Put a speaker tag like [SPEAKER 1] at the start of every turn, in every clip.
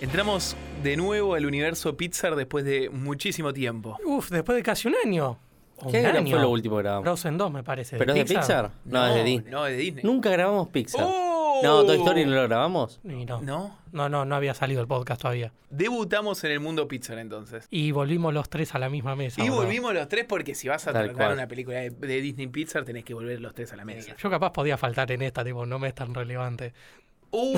[SPEAKER 1] Entramos de nuevo al universo Pixar después de muchísimo tiempo.
[SPEAKER 2] Uf, después de casi un año. O
[SPEAKER 3] ¿Qué
[SPEAKER 2] un
[SPEAKER 3] era-
[SPEAKER 2] año.
[SPEAKER 3] fue lo último que grabamos?
[SPEAKER 2] Frozen 2, me parece.
[SPEAKER 3] ¿Pero es de Pixar? No, es de Disney.
[SPEAKER 1] No, es de Disney.
[SPEAKER 3] Nunca grabamos Pixar.
[SPEAKER 1] ¡Oh!
[SPEAKER 3] No, Toy Story no lo grabamos.
[SPEAKER 2] Y Uh. no. no.
[SPEAKER 1] No.
[SPEAKER 2] No, no, había salido el podcast todavía.
[SPEAKER 1] Debutamos en el mundo Pixar entonces.
[SPEAKER 2] Y volvimos los tres a la misma mesa.
[SPEAKER 1] Y
[SPEAKER 2] boludo.
[SPEAKER 1] volvimos los tres porque si vas a
[SPEAKER 3] Tal
[SPEAKER 1] tratar
[SPEAKER 3] cual.
[SPEAKER 1] una película de, de Disney Pixar tenés que volver los tres a la mesa.
[SPEAKER 2] Yo capaz podía faltar en esta, tipo, no me es tan relevante.
[SPEAKER 1] ¡Oh!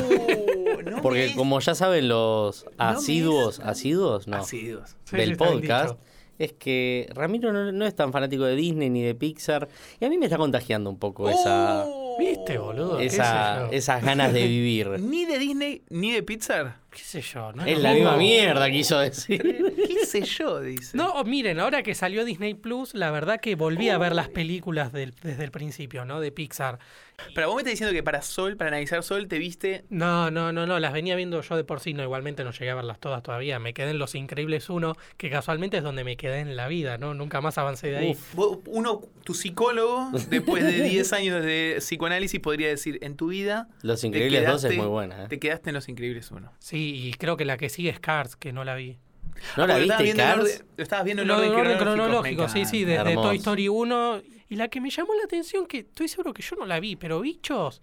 [SPEAKER 1] No
[SPEAKER 3] Porque
[SPEAKER 1] me-
[SPEAKER 3] como ya saben los
[SPEAKER 1] me
[SPEAKER 3] asiduos,
[SPEAKER 1] es-
[SPEAKER 3] asiduos, no,
[SPEAKER 1] Asiduos.
[SPEAKER 2] Ah, Sí, sí,
[SPEAKER 3] del
[SPEAKER 2] está bien
[SPEAKER 3] podcast,
[SPEAKER 2] dicho.
[SPEAKER 3] es que Ramiro no, no es tan fanático de Disney ni de Pixar. Y a mí me está contagiando un poco esa,
[SPEAKER 1] ¡Oh!
[SPEAKER 2] ¿Viste, boludo? Uh, ¿Qué sé
[SPEAKER 3] esa,
[SPEAKER 2] yo?
[SPEAKER 3] esas ganas de vivir.
[SPEAKER 1] Ni de Disney ni de Pixar.
[SPEAKER 2] ¿Qué sé yo? No
[SPEAKER 3] es la
[SPEAKER 2] lo
[SPEAKER 3] misma
[SPEAKER 2] mismo.
[SPEAKER 3] mierda que hizo decir.
[SPEAKER 1] ¿Qué sé yo? Dice.
[SPEAKER 2] No, oh, miren, ahora que salió Disney Plus, la verdad que volví a ver las películas del- desde el principio, ¿no? De Pixar.
[SPEAKER 1] Pero vos me estás diciendo que para Sol, para analizar Sol, te viste.
[SPEAKER 2] No, no, no, no, las venía viendo yo de por sí, no, igualmente no llegué a verlas todas todavía. Me quedé en Los Increíbles 1, que casualmente es donde me quedé en la vida, ¿no? Nunca más avancé de ahí.
[SPEAKER 1] vos- uno, tu psicólogo, después de 10 años de psicoanálisis, podría decir: en tu vida.
[SPEAKER 3] Los
[SPEAKER 1] te
[SPEAKER 3] Increíbles 2 es
[SPEAKER 1] quedaste-
[SPEAKER 3] muy buena. ¿eh?
[SPEAKER 1] Te quedaste en Los Increíbles 1.
[SPEAKER 2] Sí, y creo que la que sigue es Cars, que no la vi.
[SPEAKER 3] ¿No
[SPEAKER 1] Porque lo
[SPEAKER 3] la
[SPEAKER 1] estabas
[SPEAKER 3] viste,
[SPEAKER 1] viendo en
[SPEAKER 3] Cars?
[SPEAKER 1] orden- Lo estabas viendo en
[SPEAKER 2] No,
[SPEAKER 1] orden
[SPEAKER 2] en orden
[SPEAKER 1] cronológico.
[SPEAKER 2] cronológico,
[SPEAKER 1] me
[SPEAKER 2] sí, sí,
[SPEAKER 1] encanta.
[SPEAKER 2] desde
[SPEAKER 3] Hermoso.
[SPEAKER 2] Toy Story 1. Y la que me llamó la atención, que estoy seguro que yo no la vi, pero bichos,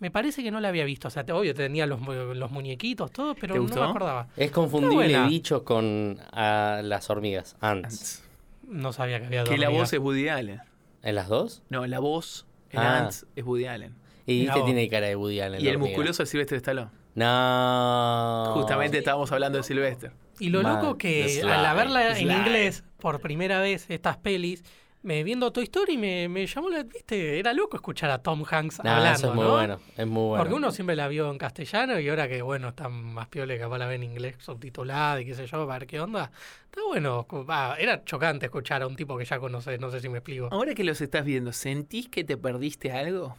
[SPEAKER 2] me parece que no la había visto. O sea, te- obvio, tenía los, mu- los muñequitos, todo, pero
[SPEAKER 1] ¿Te
[SPEAKER 2] no
[SPEAKER 1] gustó?
[SPEAKER 2] me acordaba.
[SPEAKER 3] Es confundible
[SPEAKER 2] buena.
[SPEAKER 3] bichos con ah, las hormigas, ants.
[SPEAKER 2] No sabía que había
[SPEAKER 1] Que la
[SPEAKER 2] dormido.
[SPEAKER 1] voz es Woody Allen.
[SPEAKER 3] ¿En las dos?
[SPEAKER 1] No, la voz en
[SPEAKER 3] Ah.
[SPEAKER 1] Ants es Woody Allen.
[SPEAKER 3] Y
[SPEAKER 2] Mirá
[SPEAKER 3] viste,
[SPEAKER 2] vos.
[SPEAKER 3] tiene cara de Woody Allen.
[SPEAKER 1] Y
[SPEAKER 3] la
[SPEAKER 1] el
[SPEAKER 3] hormiga.
[SPEAKER 1] musculoso es Silvestre Stallone.
[SPEAKER 3] No.
[SPEAKER 1] Justamente estábamos hablando de Silvestre.
[SPEAKER 2] Y lo
[SPEAKER 3] Man,
[SPEAKER 2] loco que
[SPEAKER 3] slime,
[SPEAKER 2] al verla
[SPEAKER 3] slime.
[SPEAKER 2] en inglés por primera vez estas pelis, me viendo Toy Story me, me llamó la viste, era loco escuchar a Tom Hanks
[SPEAKER 3] No,
[SPEAKER 2] hablando,
[SPEAKER 3] eso es muy
[SPEAKER 2] ¿no?
[SPEAKER 3] bueno. Es muy bueno.
[SPEAKER 2] Porque uno siempre la vio en castellano y ahora que bueno, están más pioles capaz la ven en inglés subtitulada y qué sé yo, para ver qué onda. Está bueno, co- va, era chocante escuchar a un tipo que ya conoces, no sé si me explico.
[SPEAKER 1] Ahora que los estás viendo, ¿sentís que te perdiste algo?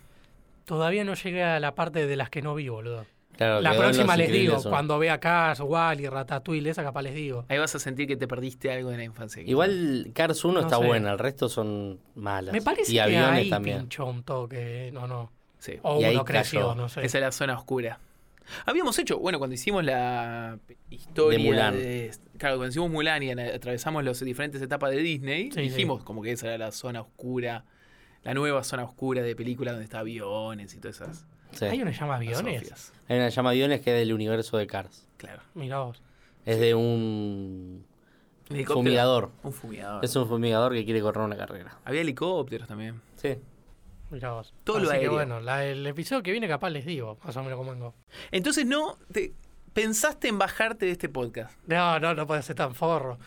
[SPEAKER 2] Todavía no llegué a la parte de las que no vi, boludo.
[SPEAKER 3] Claro,
[SPEAKER 2] La
[SPEAKER 3] quedó en Los
[SPEAKER 2] próxima les digo,
[SPEAKER 3] Increíbles uno.
[SPEAKER 2] cuando vea Cars, Wally, Ratatouille, esa capaz les digo.
[SPEAKER 1] Ahí vas a sentir que te perdiste algo de la infancia.
[SPEAKER 3] Igual Cars 1
[SPEAKER 2] No
[SPEAKER 3] está
[SPEAKER 2] sé.
[SPEAKER 3] buena, el resto son malas.
[SPEAKER 2] Me parece
[SPEAKER 3] y
[SPEAKER 2] que
[SPEAKER 3] aviones
[SPEAKER 2] ahí
[SPEAKER 3] también.
[SPEAKER 2] pinchó un toque, eh, no, no.
[SPEAKER 1] Sí.
[SPEAKER 2] O
[SPEAKER 3] Y ahí
[SPEAKER 2] uno creció,
[SPEAKER 3] cayó.
[SPEAKER 2] no sé.
[SPEAKER 1] Esa es la zona oscura. Habíamos hecho, bueno, cuando hicimos la historia
[SPEAKER 3] De Mulan.
[SPEAKER 1] claro, cuando hicimos Mulan y ana- atravesamos las diferentes etapas de Disney,
[SPEAKER 2] Sí,
[SPEAKER 1] dijimos como que esa era la zona oscura, la nueva zona oscura de películas donde está aviones y todas esas.
[SPEAKER 3] Sí.
[SPEAKER 2] Hay
[SPEAKER 3] Hay,
[SPEAKER 2] una llama aviones.
[SPEAKER 1] asofias.
[SPEAKER 3] una llama aviones que es del universo de Cars.
[SPEAKER 1] Claro.
[SPEAKER 2] Mirá vos.
[SPEAKER 3] Es de un
[SPEAKER 1] Un helicóptero.
[SPEAKER 3] fumigador.
[SPEAKER 1] Un fumigador.
[SPEAKER 3] Es un fumigador que quiere correr una carrera.
[SPEAKER 1] Había helicópteros también.
[SPEAKER 3] Sí.
[SPEAKER 2] Mirá vos.
[SPEAKER 1] Todo lo
[SPEAKER 2] Así que
[SPEAKER 1] aéreo.
[SPEAKER 2] bueno, la- el episodio que viene capaz les digo, más o menos cómo vengo.
[SPEAKER 1] Entonces no te pensaste en bajarte de este podcast.
[SPEAKER 2] No, no, no puede ser tan forro.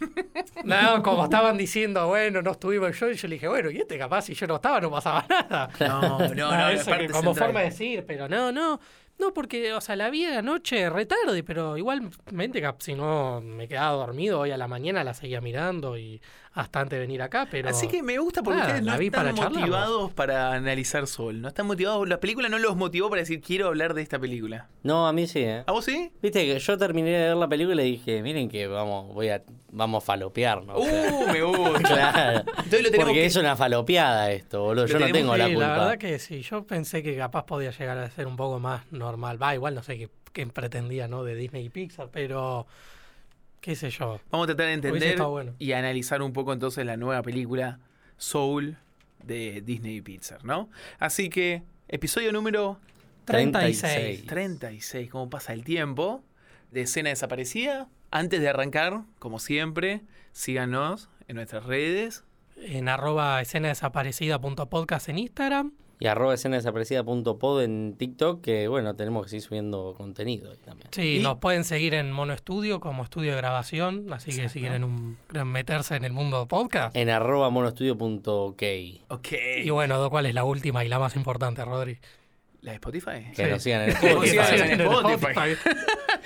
[SPEAKER 2] No, como estaban diciendo, bueno, no estuvimos yo, y yo le dije, bueno, y este capaz si yo no estaba no pasaba nada.
[SPEAKER 1] No, no, no. la
[SPEAKER 2] Ah, eso que
[SPEAKER 1] parte
[SPEAKER 2] como
[SPEAKER 1] central.
[SPEAKER 2] forma de decir, pero no, no. No, porque, o sea, la vi anoche re tarde, pero igualmente cap- si no me quedaba dormido, hoy a la mañana la seguía mirando y hasta antes de venir acá, pero...
[SPEAKER 1] Así que me gusta porque
[SPEAKER 2] Ah,
[SPEAKER 1] ustedes no
[SPEAKER 2] la vi
[SPEAKER 1] están
[SPEAKER 2] para charlarlo.
[SPEAKER 1] motivados para analizar Sol. No están motivados. La película no los motivó para decir quiero hablar de esta película.
[SPEAKER 3] No, a mí sí, ¿eh?
[SPEAKER 2] Ah,
[SPEAKER 1] ¿A vos sí?
[SPEAKER 3] Viste que yo terminé de ver la película y dije, miren que vamos, voy a, vamos a falopearnos.
[SPEAKER 1] Uh, me gusta.
[SPEAKER 3] Claro.
[SPEAKER 1] Entonces lo tenemos
[SPEAKER 3] Porque
[SPEAKER 1] que-
[SPEAKER 3] es una falopeada esto, boludo.
[SPEAKER 1] Lo
[SPEAKER 3] Yo no
[SPEAKER 1] tenemos
[SPEAKER 3] tengo
[SPEAKER 2] Sí,
[SPEAKER 3] la
[SPEAKER 2] la,
[SPEAKER 3] culpa.
[SPEAKER 2] verdad que sí, yo pensé que capaz podía llegar a ser un poco más normal. Va, igual no sé qué, qué pretendía, ¿no? De Disney y Pixar, pero qué sé yo.
[SPEAKER 1] Vamos a tratar de
[SPEAKER 2] Hubiese
[SPEAKER 1] entender
[SPEAKER 2] estado bueno.
[SPEAKER 1] y analizar un poco entonces la nueva película Soul de Disney y Pixar, ¿no? Así que, episodio número
[SPEAKER 3] 36.
[SPEAKER 1] 36, cómo pasa el tiempo, de escena desaparecida. Antes de arrancar, como siempre, síganos en nuestras redes.
[SPEAKER 2] En arroba escena podcast en Instagram.
[SPEAKER 3] Y arroba escena desaparecida punto pod en TikTok, que bueno, tenemos que seguir subiendo contenido ahí también.
[SPEAKER 1] Y-
[SPEAKER 2] Sí, nos pueden seguir en Mono Estudio como estudio de grabación, así que si quieren un, quieren meterse en el mundo podcast.
[SPEAKER 3] En arroba monostudio.ok. Que
[SPEAKER 1] Ok.
[SPEAKER 2] Y bueno, do- ¿cuál es la última y la más importante, Rodri?
[SPEAKER 1] La de Spotify.
[SPEAKER 2] Sí.
[SPEAKER 3] nos sigan en
[SPEAKER 1] Como
[SPEAKER 3] Spotify.
[SPEAKER 1] sigan en Spotify.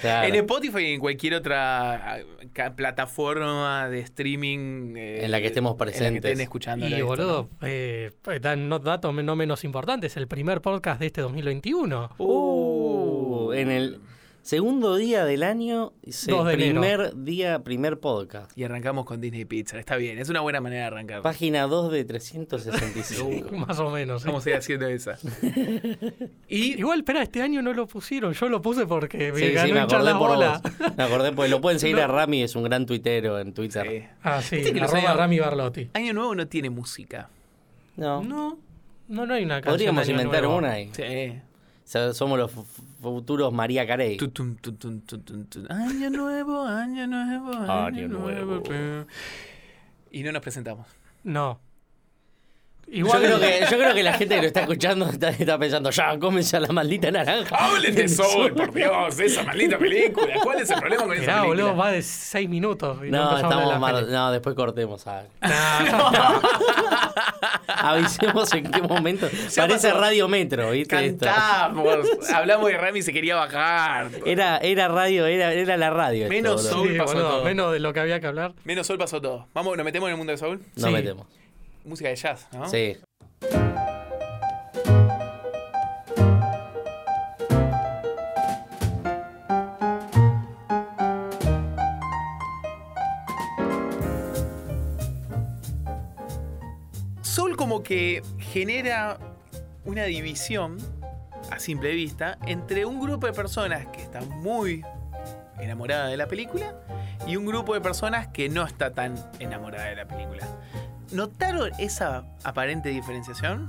[SPEAKER 3] Claro.
[SPEAKER 1] En Spotify y en cualquier otra eh, ca- plataforma de streaming eh,
[SPEAKER 3] En la que estemos
[SPEAKER 1] En la que
[SPEAKER 3] presentes.
[SPEAKER 1] estén escuchando.
[SPEAKER 2] Y boludo, eh, dan no- datos no menos importantes, el primer podcast de este 2021.
[SPEAKER 3] Uh, en el Segundo día del año, es el
[SPEAKER 2] Dos de enero.
[SPEAKER 3] primer día, primer podcast.
[SPEAKER 1] Y arrancamos con Disney Pixar. Está bien, es una buena manera de arrancar.
[SPEAKER 3] Página 2 de 365.
[SPEAKER 2] Más o menos. ¿eh?
[SPEAKER 1] Vamos a ir haciendo esa. Y
[SPEAKER 2] Igual, espera, este año no lo pusieron. Yo lo puse porque me
[SPEAKER 3] Sí,
[SPEAKER 2] ganó
[SPEAKER 3] sí, me
[SPEAKER 2] hinchar
[SPEAKER 3] acordé
[SPEAKER 2] la
[SPEAKER 3] por
[SPEAKER 2] bola.
[SPEAKER 3] vos. Me acordé porque lo pueden seguir a Rami, es un gran tuitero en Twitter.
[SPEAKER 1] Sí.
[SPEAKER 2] Ah, sí,
[SPEAKER 1] Viste que los
[SPEAKER 2] arroba
[SPEAKER 1] años-
[SPEAKER 2] Rami Barlotti.
[SPEAKER 1] Eh, Año Nuevo no tiene música.
[SPEAKER 3] No.
[SPEAKER 2] No, no, no hay una canción.
[SPEAKER 3] Podríamos
[SPEAKER 2] de Año
[SPEAKER 3] inventar
[SPEAKER 2] Nuevo.
[SPEAKER 3] una ahí.
[SPEAKER 1] Sí.
[SPEAKER 3] O sea, somos los fu- futuros María Carey.
[SPEAKER 1] Tu, tum, tu, tum, tu, tum, tu. Año nuevo, año nuevo,
[SPEAKER 3] Año
[SPEAKER 1] año nuevo.
[SPEAKER 3] nuevo.
[SPEAKER 1] pe. Y no nos presentamos.
[SPEAKER 2] No.
[SPEAKER 3] Yo
[SPEAKER 2] Igual
[SPEAKER 3] creo, que, yo creo que la gente que lo está escuchando está, está pensando, ya, cómense a la maldita naranja.
[SPEAKER 1] ¡Hablen de Soul, por Dios! ¡Esa maldita película! ¿Cuál es el problema con
[SPEAKER 2] Mirá, boludo, va de 6 minutos. y empezamos
[SPEAKER 3] No,
[SPEAKER 2] a hablar de la
[SPEAKER 3] estamos mal.
[SPEAKER 2] peli.
[SPEAKER 3] No, después cortemos. ah.
[SPEAKER 2] No, ya está.
[SPEAKER 3] Avisemos en qué momento.
[SPEAKER 1] Ya
[SPEAKER 3] Parece
[SPEAKER 1] pasó.
[SPEAKER 3] Radio Metro, ¿viste? esto?
[SPEAKER 1] Cantamos. Hablamos de Rami y se quería bajar.
[SPEAKER 3] Era, era radio, era, era la radio. esto,
[SPEAKER 1] Menos
[SPEAKER 3] boludo.
[SPEAKER 1] Soul.
[SPEAKER 2] Sí,
[SPEAKER 1] pasó
[SPEAKER 2] boludo,
[SPEAKER 1] todo.
[SPEAKER 2] menos de lo que había que hablar.
[SPEAKER 1] Menos Soul pasó todo. Vamos, nos metemos en el mundo de Soul.
[SPEAKER 3] Nos
[SPEAKER 2] Sí.
[SPEAKER 3] metemos.
[SPEAKER 1] Música de jazz, ¿no?
[SPEAKER 3] Sí.
[SPEAKER 1] Soul como que genera una división a simple vista entre un grupo de personas que está muy enamorada de la película y un grupo de personas que no está tan enamorada de la película. ¿Notaron esa aparente diferenciación?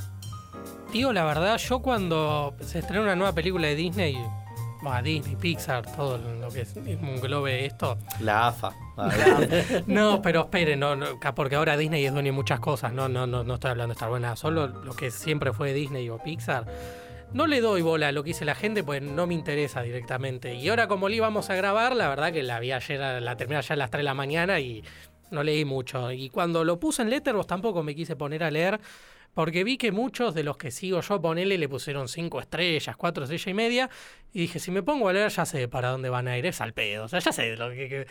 [SPEAKER 2] Tío, la verdad, yo cuando se estrena una nueva película de Disney, va, Disney, Pixar, todo lo que es, englobe esto.
[SPEAKER 3] La AFA. Ah,
[SPEAKER 2] No, pero esperen, no, no, ca- porque ahora Disney es dueño de muchas cosas. No, no, no, no estoy hablando de Star Wars, nada, solo lo que siempre fue Disney o Pixar. No le doy bola a lo que dice la gente, pues no me interesa directamente. Y ahora, como le íbamos a grabar, la verdad que la vi ayer, a- la terminé ayer a las 3 de la mañana y no leí mucho. Y cuando lo puse en Letterboxd tampoco me quise poner a leer, porque vi que muchos de los que sigo yo, ponele, le pusieron 5 estrellas, 4 estrellas y media. Y dije, si me pongo a leer, ya sé para dónde van a ir, es al pedo. O sea, ya sé lo que. que-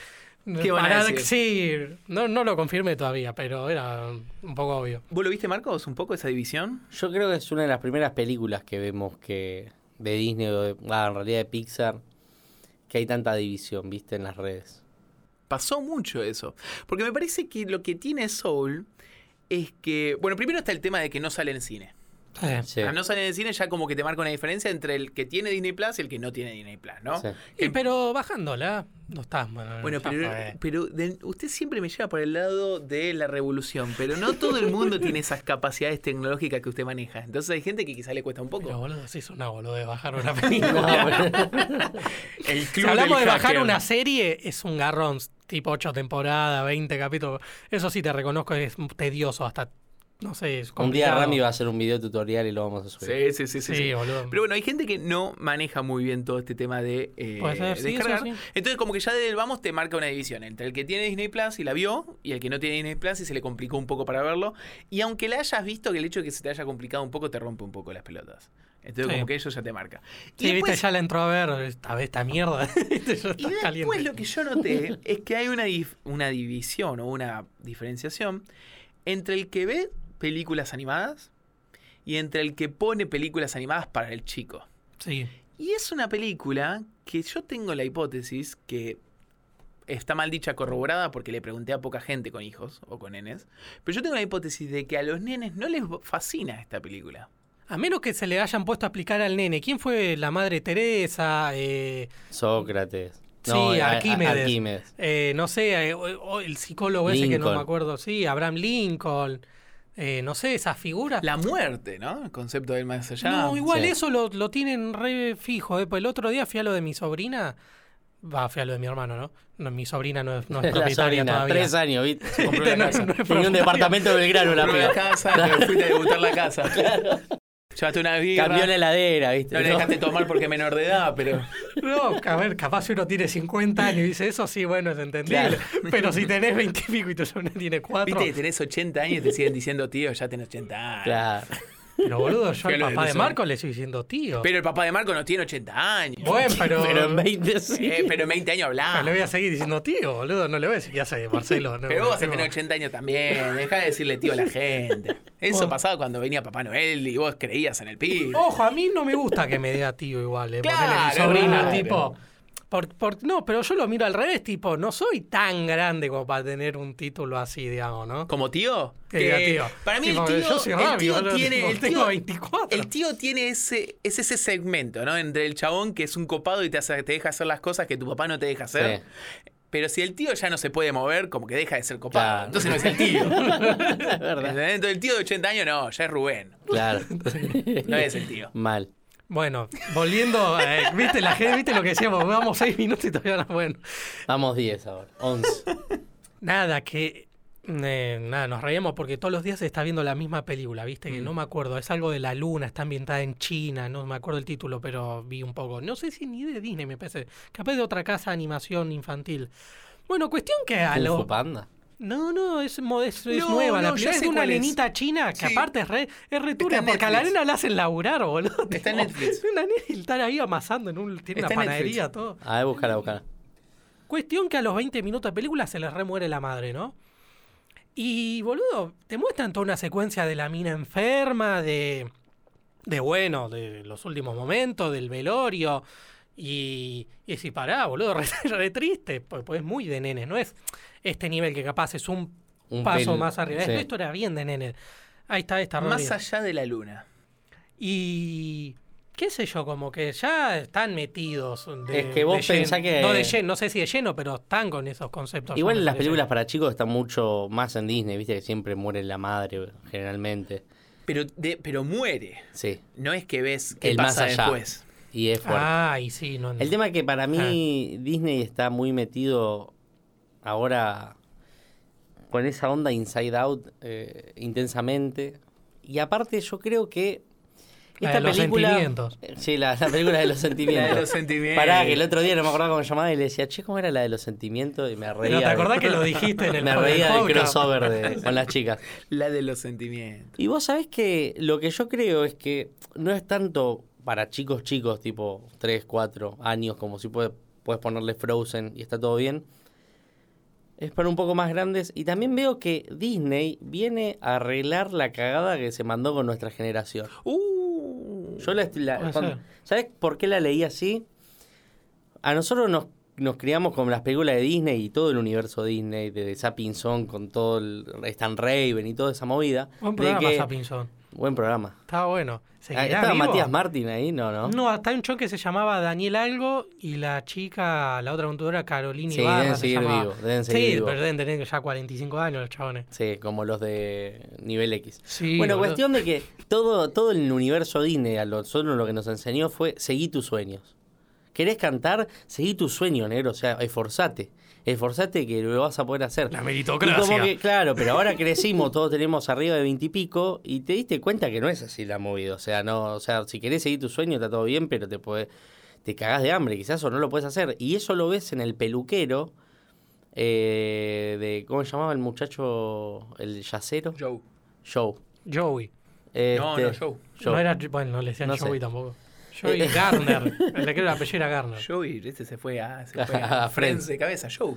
[SPEAKER 1] ¿Qué van a
[SPEAKER 2] Pará,
[SPEAKER 1] decir?
[SPEAKER 2] Sí, no, no lo confirmé todavía, pero era un poco obvio.
[SPEAKER 1] ¿Vos lo viste, Marcos, un poco esa división?
[SPEAKER 3] Yo creo que es una de las primeras películas que vemos que de Disney o de, ah, en realidad de Pixar que hay tanta división, viste, en las redes.
[SPEAKER 1] Pasó mucho eso. Porque me parece que lo que tiene Soul es que. Bueno, primero está el tema de que no sale en cine.
[SPEAKER 3] Sí,
[SPEAKER 1] Al Ah, no salir en cine ya como que te marca una diferencia entre el que tiene Disney Plus y el que no tiene Disney Plus, ¿no?
[SPEAKER 3] sí.
[SPEAKER 2] Y, pero bajándola, no estás mal.
[SPEAKER 1] Bueno,
[SPEAKER 2] Mm, ya
[SPEAKER 1] pero,
[SPEAKER 2] fue.
[SPEAKER 1] pero de- usted siempre me lleva por el lado de la revolución, pero no todo el mundo tiene esas capacidades tecnológicas que usted maneja. Entonces hay gente que quizá le cuesta un poco.
[SPEAKER 2] Pero boludo, sí es una boludo de bajar una película.
[SPEAKER 1] El
[SPEAKER 2] si
[SPEAKER 1] club
[SPEAKER 2] hablamos de
[SPEAKER 1] del
[SPEAKER 2] bajar
[SPEAKER 1] hacker.
[SPEAKER 2] una serie, es un garrón, tipo 8 temporadas, 20 capítulos. Eso sí te reconozco, es tedioso hasta, no sé, es
[SPEAKER 3] Un día
[SPEAKER 2] complicado.
[SPEAKER 3] Rami va a hacer un video tutorial y lo vamos a subir.
[SPEAKER 1] Sí, sí, sí, sí.
[SPEAKER 2] Sí,
[SPEAKER 1] sí.
[SPEAKER 2] boludo.
[SPEAKER 1] Pero bueno, hay gente que no maneja muy bien todo este tema de eh,
[SPEAKER 2] Puede ser, sí, eso
[SPEAKER 1] descargar.
[SPEAKER 2] sí.
[SPEAKER 1] Entonces, como que ya desde el vamos te marca una división entre el que tiene Disney Plus y la vio, y el que no tiene Disney Plus y se le complicó un poco para verlo. Y aunque la hayas visto, que el hecho de que se te haya complicado un poco te rompe un poco las pelotas. Entonces,
[SPEAKER 2] Sí.
[SPEAKER 1] como que eso ya te marca. Y
[SPEAKER 2] Sí,
[SPEAKER 1] después-
[SPEAKER 2] viste, ya la entró a ver, esta vez esta mierda. Viste, ya
[SPEAKER 1] y
[SPEAKER 2] está
[SPEAKER 1] después
[SPEAKER 2] caliente.
[SPEAKER 1] lo que yo noté es que hay una, dif- una división o una diferenciación entre el que ve películas animadas y entre el que pone películas animadas para el chico.
[SPEAKER 2] Sí.
[SPEAKER 1] Y es una película que yo tengo la hipótesis que está mal dicha corroborada porque le pregunté a poca gente con hijos o con nenes, pero yo tengo la hipótesis de que a los nenes no les fascina esta película.
[SPEAKER 2] A menos que se le hayan puesto a explicar al nene quién fue la madre Teresa, eh,
[SPEAKER 3] Sócrates.
[SPEAKER 2] Sí,
[SPEAKER 3] eh, a- a-
[SPEAKER 2] Arquímedes.
[SPEAKER 3] Arquímedes.
[SPEAKER 2] eh, no sé, eh, o- o el psicólogo ese que no
[SPEAKER 3] Lincoln.
[SPEAKER 2] me acuerdo, sí, Abraham Lincoln, eh, no sé, esas figuras.
[SPEAKER 1] La muerte, ¿no? El concepto del más allá.
[SPEAKER 2] no, igual
[SPEAKER 3] sí.
[SPEAKER 2] eso lo, lo tienen re fijo. eh, pues el otro día fui a lo de mi sobrina, va, fui a lo de mi hermano, ¿no? No, mi sobrina no es, no es
[SPEAKER 3] La
[SPEAKER 2] propietaria
[SPEAKER 3] sobrina,
[SPEAKER 2] todavía.
[SPEAKER 3] tres años, ¿viste?
[SPEAKER 1] Compró la
[SPEAKER 2] Viste, no-
[SPEAKER 1] casa.
[SPEAKER 2] no es
[SPEAKER 3] Tenía un
[SPEAKER 2] propietaria.
[SPEAKER 3] departamento de Belgrano la
[SPEAKER 1] Compró la
[SPEAKER 3] piba.
[SPEAKER 1] casa, te fuiste a debutar la casa. Llevaste una birra.
[SPEAKER 3] Cambió la heladera, ¿viste?
[SPEAKER 1] No le
[SPEAKER 3] ¿no?
[SPEAKER 1] dejaste tomar porque es menor de edad, pero.
[SPEAKER 2] No, a ver, capaz si uno tiene 50 años y dice eso, sí, bueno, es entendible. Pero si tenés 20 y pico y tu sobrina tiene 4,
[SPEAKER 1] Viste, tenés 80 años y te siguen diciendo, tío, ya tenés 80 años.
[SPEAKER 3] Claro.
[SPEAKER 2] pero boludo, yo al
[SPEAKER 1] Fíjalo de
[SPEAKER 2] papá
[SPEAKER 1] tu
[SPEAKER 2] de
[SPEAKER 1] sobrina.
[SPEAKER 2] Marco le estoy diciendo tío.
[SPEAKER 1] Pero el papá de Marco no tiene 80 años.
[SPEAKER 2] Bueno, pero.
[SPEAKER 3] Pero en 20 sí.
[SPEAKER 1] Eh, pero en 20 años
[SPEAKER 2] Ah,
[SPEAKER 1] hablaba.
[SPEAKER 2] le voy a seguir diciendo tío, boludo. No le voy a decir, ya sé, Marcelo. No,
[SPEAKER 1] Pero vos vas a
[SPEAKER 2] no.
[SPEAKER 1] tener 80 años también. Deja de decirle tío a la gente. Eso
[SPEAKER 2] Bueno. Oh.
[SPEAKER 1] pasaba cuando venía Papá Noel y vos creías en el pibe.
[SPEAKER 2] Ojo, a mí no me gusta que me diga tío igual, eh. Ponele
[SPEAKER 1] Claro,
[SPEAKER 2] mi sobrina,
[SPEAKER 1] claro.
[SPEAKER 2] tipo. Por, por- no, pero yo lo miro al revés, tipo, no soy tan grande como para tener un título así, digamos, ¿no?
[SPEAKER 1] ¿Como tío?
[SPEAKER 2] Que
[SPEAKER 1] Que
[SPEAKER 2] diga tío.
[SPEAKER 1] Para mí
[SPEAKER 2] Tipo,
[SPEAKER 1] el tío,
[SPEAKER 2] yo soy
[SPEAKER 1] el
[SPEAKER 2] Rami,
[SPEAKER 1] tío
[SPEAKER 2] boludo,
[SPEAKER 1] tiene...
[SPEAKER 2] tipo,
[SPEAKER 1] El
[SPEAKER 2] tengo
[SPEAKER 1] tío,
[SPEAKER 2] 24.
[SPEAKER 1] el tío tiene ese, es ese segmento, ¿no? Entre el chabón que es un copado y te, hace- te deja hacer las cosas que tu papá no te deja hacer.
[SPEAKER 3] Sí.
[SPEAKER 1] Pero si el tío ya no se puede mover, como que deja de ser copado.
[SPEAKER 3] Claro.
[SPEAKER 1] Entonces no es el tío.
[SPEAKER 3] Es verdad.
[SPEAKER 1] ¿Entendés? Entonces el tío de 80 años no, ya es Rubén.
[SPEAKER 3] Claro.
[SPEAKER 1] No es el tío.
[SPEAKER 3] Mal.
[SPEAKER 2] Bueno, volviendo, eh, viste la gente, viste lo que decíamos, vamos seis minutos y todavía no, bueno.
[SPEAKER 3] Vamos 10 ahora. 11.
[SPEAKER 2] Nada, que eh, nada, nos reíamos porque todos los días se está viendo la misma película, viste,
[SPEAKER 1] Mm.
[SPEAKER 2] que no me acuerdo, es algo de la luna, está ambientada en China, no me acuerdo el título, pero vi un poco. No sé si ni de Disney me parece, capaz de otra casa de animación infantil. Bueno, cuestión que a
[SPEAKER 3] Kung
[SPEAKER 2] los
[SPEAKER 3] Fu Panda.
[SPEAKER 2] No, no, es, mo- es, es
[SPEAKER 1] No,
[SPEAKER 2] nueva. la
[SPEAKER 1] no, ya
[SPEAKER 2] película es
[SPEAKER 1] sé
[SPEAKER 2] de una
[SPEAKER 1] cuál es.
[SPEAKER 2] nenita china que
[SPEAKER 1] Sí.
[SPEAKER 2] aparte es re, es re turbia,
[SPEAKER 1] en
[SPEAKER 2] porque a la
[SPEAKER 1] Netflix.
[SPEAKER 2] nena la hacen laburar, boludo.
[SPEAKER 1] Está en
[SPEAKER 2] Tipo,
[SPEAKER 1] Netflix.
[SPEAKER 2] Una nena y están ahí amasando en un, tiene
[SPEAKER 1] Está
[SPEAKER 2] una
[SPEAKER 1] en Netflix.
[SPEAKER 2] panadería, todo.
[SPEAKER 3] A ver, búscala, búscala.
[SPEAKER 2] Cuestión que a los 20 minutos de película se les remuere la madre, ¿no? Y, boludo, te muestran toda una secuencia de la mina enferma, de. de bueno, de los últimos momentos, del velorio. Y, y si pará, boludo, re, re triste, pues pues es muy de nenes, no es este nivel que capaz es un
[SPEAKER 3] Un
[SPEAKER 2] paso
[SPEAKER 3] pel-
[SPEAKER 2] más arriba.
[SPEAKER 3] sí.
[SPEAKER 2] Esto era bien de nene. Ahí está, esta
[SPEAKER 1] Más allá de la luna.
[SPEAKER 2] Y qué sé yo, como que ya están metidos. De,
[SPEAKER 3] Es que vos
[SPEAKER 2] de lleno.
[SPEAKER 3] pensá que-
[SPEAKER 2] No, de lleno, no sé si de lleno, pero están con esos conceptos.
[SPEAKER 3] Igual
[SPEAKER 2] Yo no
[SPEAKER 3] en las
[SPEAKER 2] sé de lleno.
[SPEAKER 3] películas para chicos está mucho más en Disney, viste que siempre muere la madre, generalmente.
[SPEAKER 1] Pero, de- pero muere.
[SPEAKER 3] Sí.
[SPEAKER 1] No es que ves qué
[SPEAKER 3] El más
[SPEAKER 1] pasa
[SPEAKER 3] allá.
[SPEAKER 1] después.
[SPEAKER 3] Y es fuerte.
[SPEAKER 2] Ah, y sí, no.
[SPEAKER 3] El tema es que para mí Disney está muy metido ahora con esa onda Inside Out eh, intensamente. Y aparte yo creo que
[SPEAKER 2] La de eh, los sentimientos.
[SPEAKER 3] Sí, la, la película de los sentimientos.
[SPEAKER 1] La de los sentimientos.
[SPEAKER 3] Pará, que el otro día no me acordaba cómo se llamaba y le decía, che, ¿cómo era la de los sentimientos? Y me reía.
[SPEAKER 2] Pero te
[SPEAKER 3] de-
[SPEAKER 2] acordás que lo dijiste en el
[SPEAKER 3] Me
[SPEAKER 2] en el
[SPEAKER 3] reía del
[SPEAKER 2] podcast?
[SPEAKER 3] crossover de- con las chicas.
[SPEAKER 1] La de los sentimientos.
[SPEAKER 3] Y vos sabés que lo que yo creo es que no es tanto para chicos chicos, tipo 3, 4 años, como si puede- puedes ponerle Frozen y está todo bien. Es para un poco más grandes. Y también veo que Disney viene a arreglar la cagada que se mandó con nuestra generación.
[SPEAKER 1] Uh,
[SPEAKER 3] Yo la, est- la-
[SPEAKER 2] Puede
[SPEAKER 3] cuando-
[SPEAKER 2] ser.
[SPEAKER 3] ¿Sabés por qué la leí así? A nosotros nos, nos criamos con las películas de Disney y todo el universo Disney, de Sapinson con todo el Stan Raven y toda esa movida.
[SPEAKER 2] Buen
[SPEAKER 3] de
[SPEAKER 2] programa,
[SPEAKER 3] que-
[SPEAKER 2] Sapinson.
[SPEAKER 3] Buen programa.
[SPEAKER 2] Estaba bueno. ¿Seguirá
[SPEAKER 3] Ah, ¿Estaba
[SPEAKER 2] vivo?
[SPEAKER 3] Matías Martín ahí? No, no.
[SPEAKER 2] No, hasta hay un show que se llamaba Daniel Algo y la chica, la otra contadora, Carolina
[SPEAKER 3] Sí,
[SPEAKER 2] Ibarra.
[SPEAKER 3] deben
[SPEAKER 2] se
[SPEAKER 3] seguir
[SPEAKER 2] llamaba.
[SPEAKER 3] vivos, deben
[SPEAKER 2] sí,
[SPEAKER 3] seguir vivos.
[SPEAKER 2] pero deben tener ya 45 años los chabones.
[SPEAKER 3] Sí, como los de nivel X.
[SPEAKER 2] Sí,
[SPEAKER 3] bueno,
[SPEAKER 2] boludo.
[SPEAKER 3] cuestión de que todo, todo el universo Disney a nosotros lo que nos enseñó fue seguí tus sueños. ¿Querés cantar? Seguí tus sueños, negro. O sea, esforzate. Esforzate que lo vas a poder hacer.
[SPEAKER 2] La
[SPEAKER 3] Y
[SPEAKER 2] meritocracia.
[SPEAKER 3] como que, claro, pero ahora crecimos, todos tenemos arriba de veintipico y, te diste cuenta que no es así la movida. O sea, no, o sea, si querés seguir tu sueño está todo bien, pero te puede, te cagás de hambre, quizás o no lo puedes hacer. Y eso lo ves en el peluquero eh, de cómo se llamaba el muchacho, el yacero,
[SPEAKER 1] Joe.
[SPEAKER 3] show.
[SPEAKER 2] Joey.
[SPEAKER 1] No, no,
[SPEAKER 3] Este,
[SPEAKER 1] Joe.
[SPEAKER 2] No era, bueno, no le decían
[SPEAKER 3] No sé. Eh,
[SPEAKER 2] Joey tampoco. Joey Garner. Le creo la apellido era Garner.
[SPEAKER 1] Joey, este se fue a, se fue
[SPEAKER 3] A Friends.
[SPEAKER 1] de cabeza. Joe.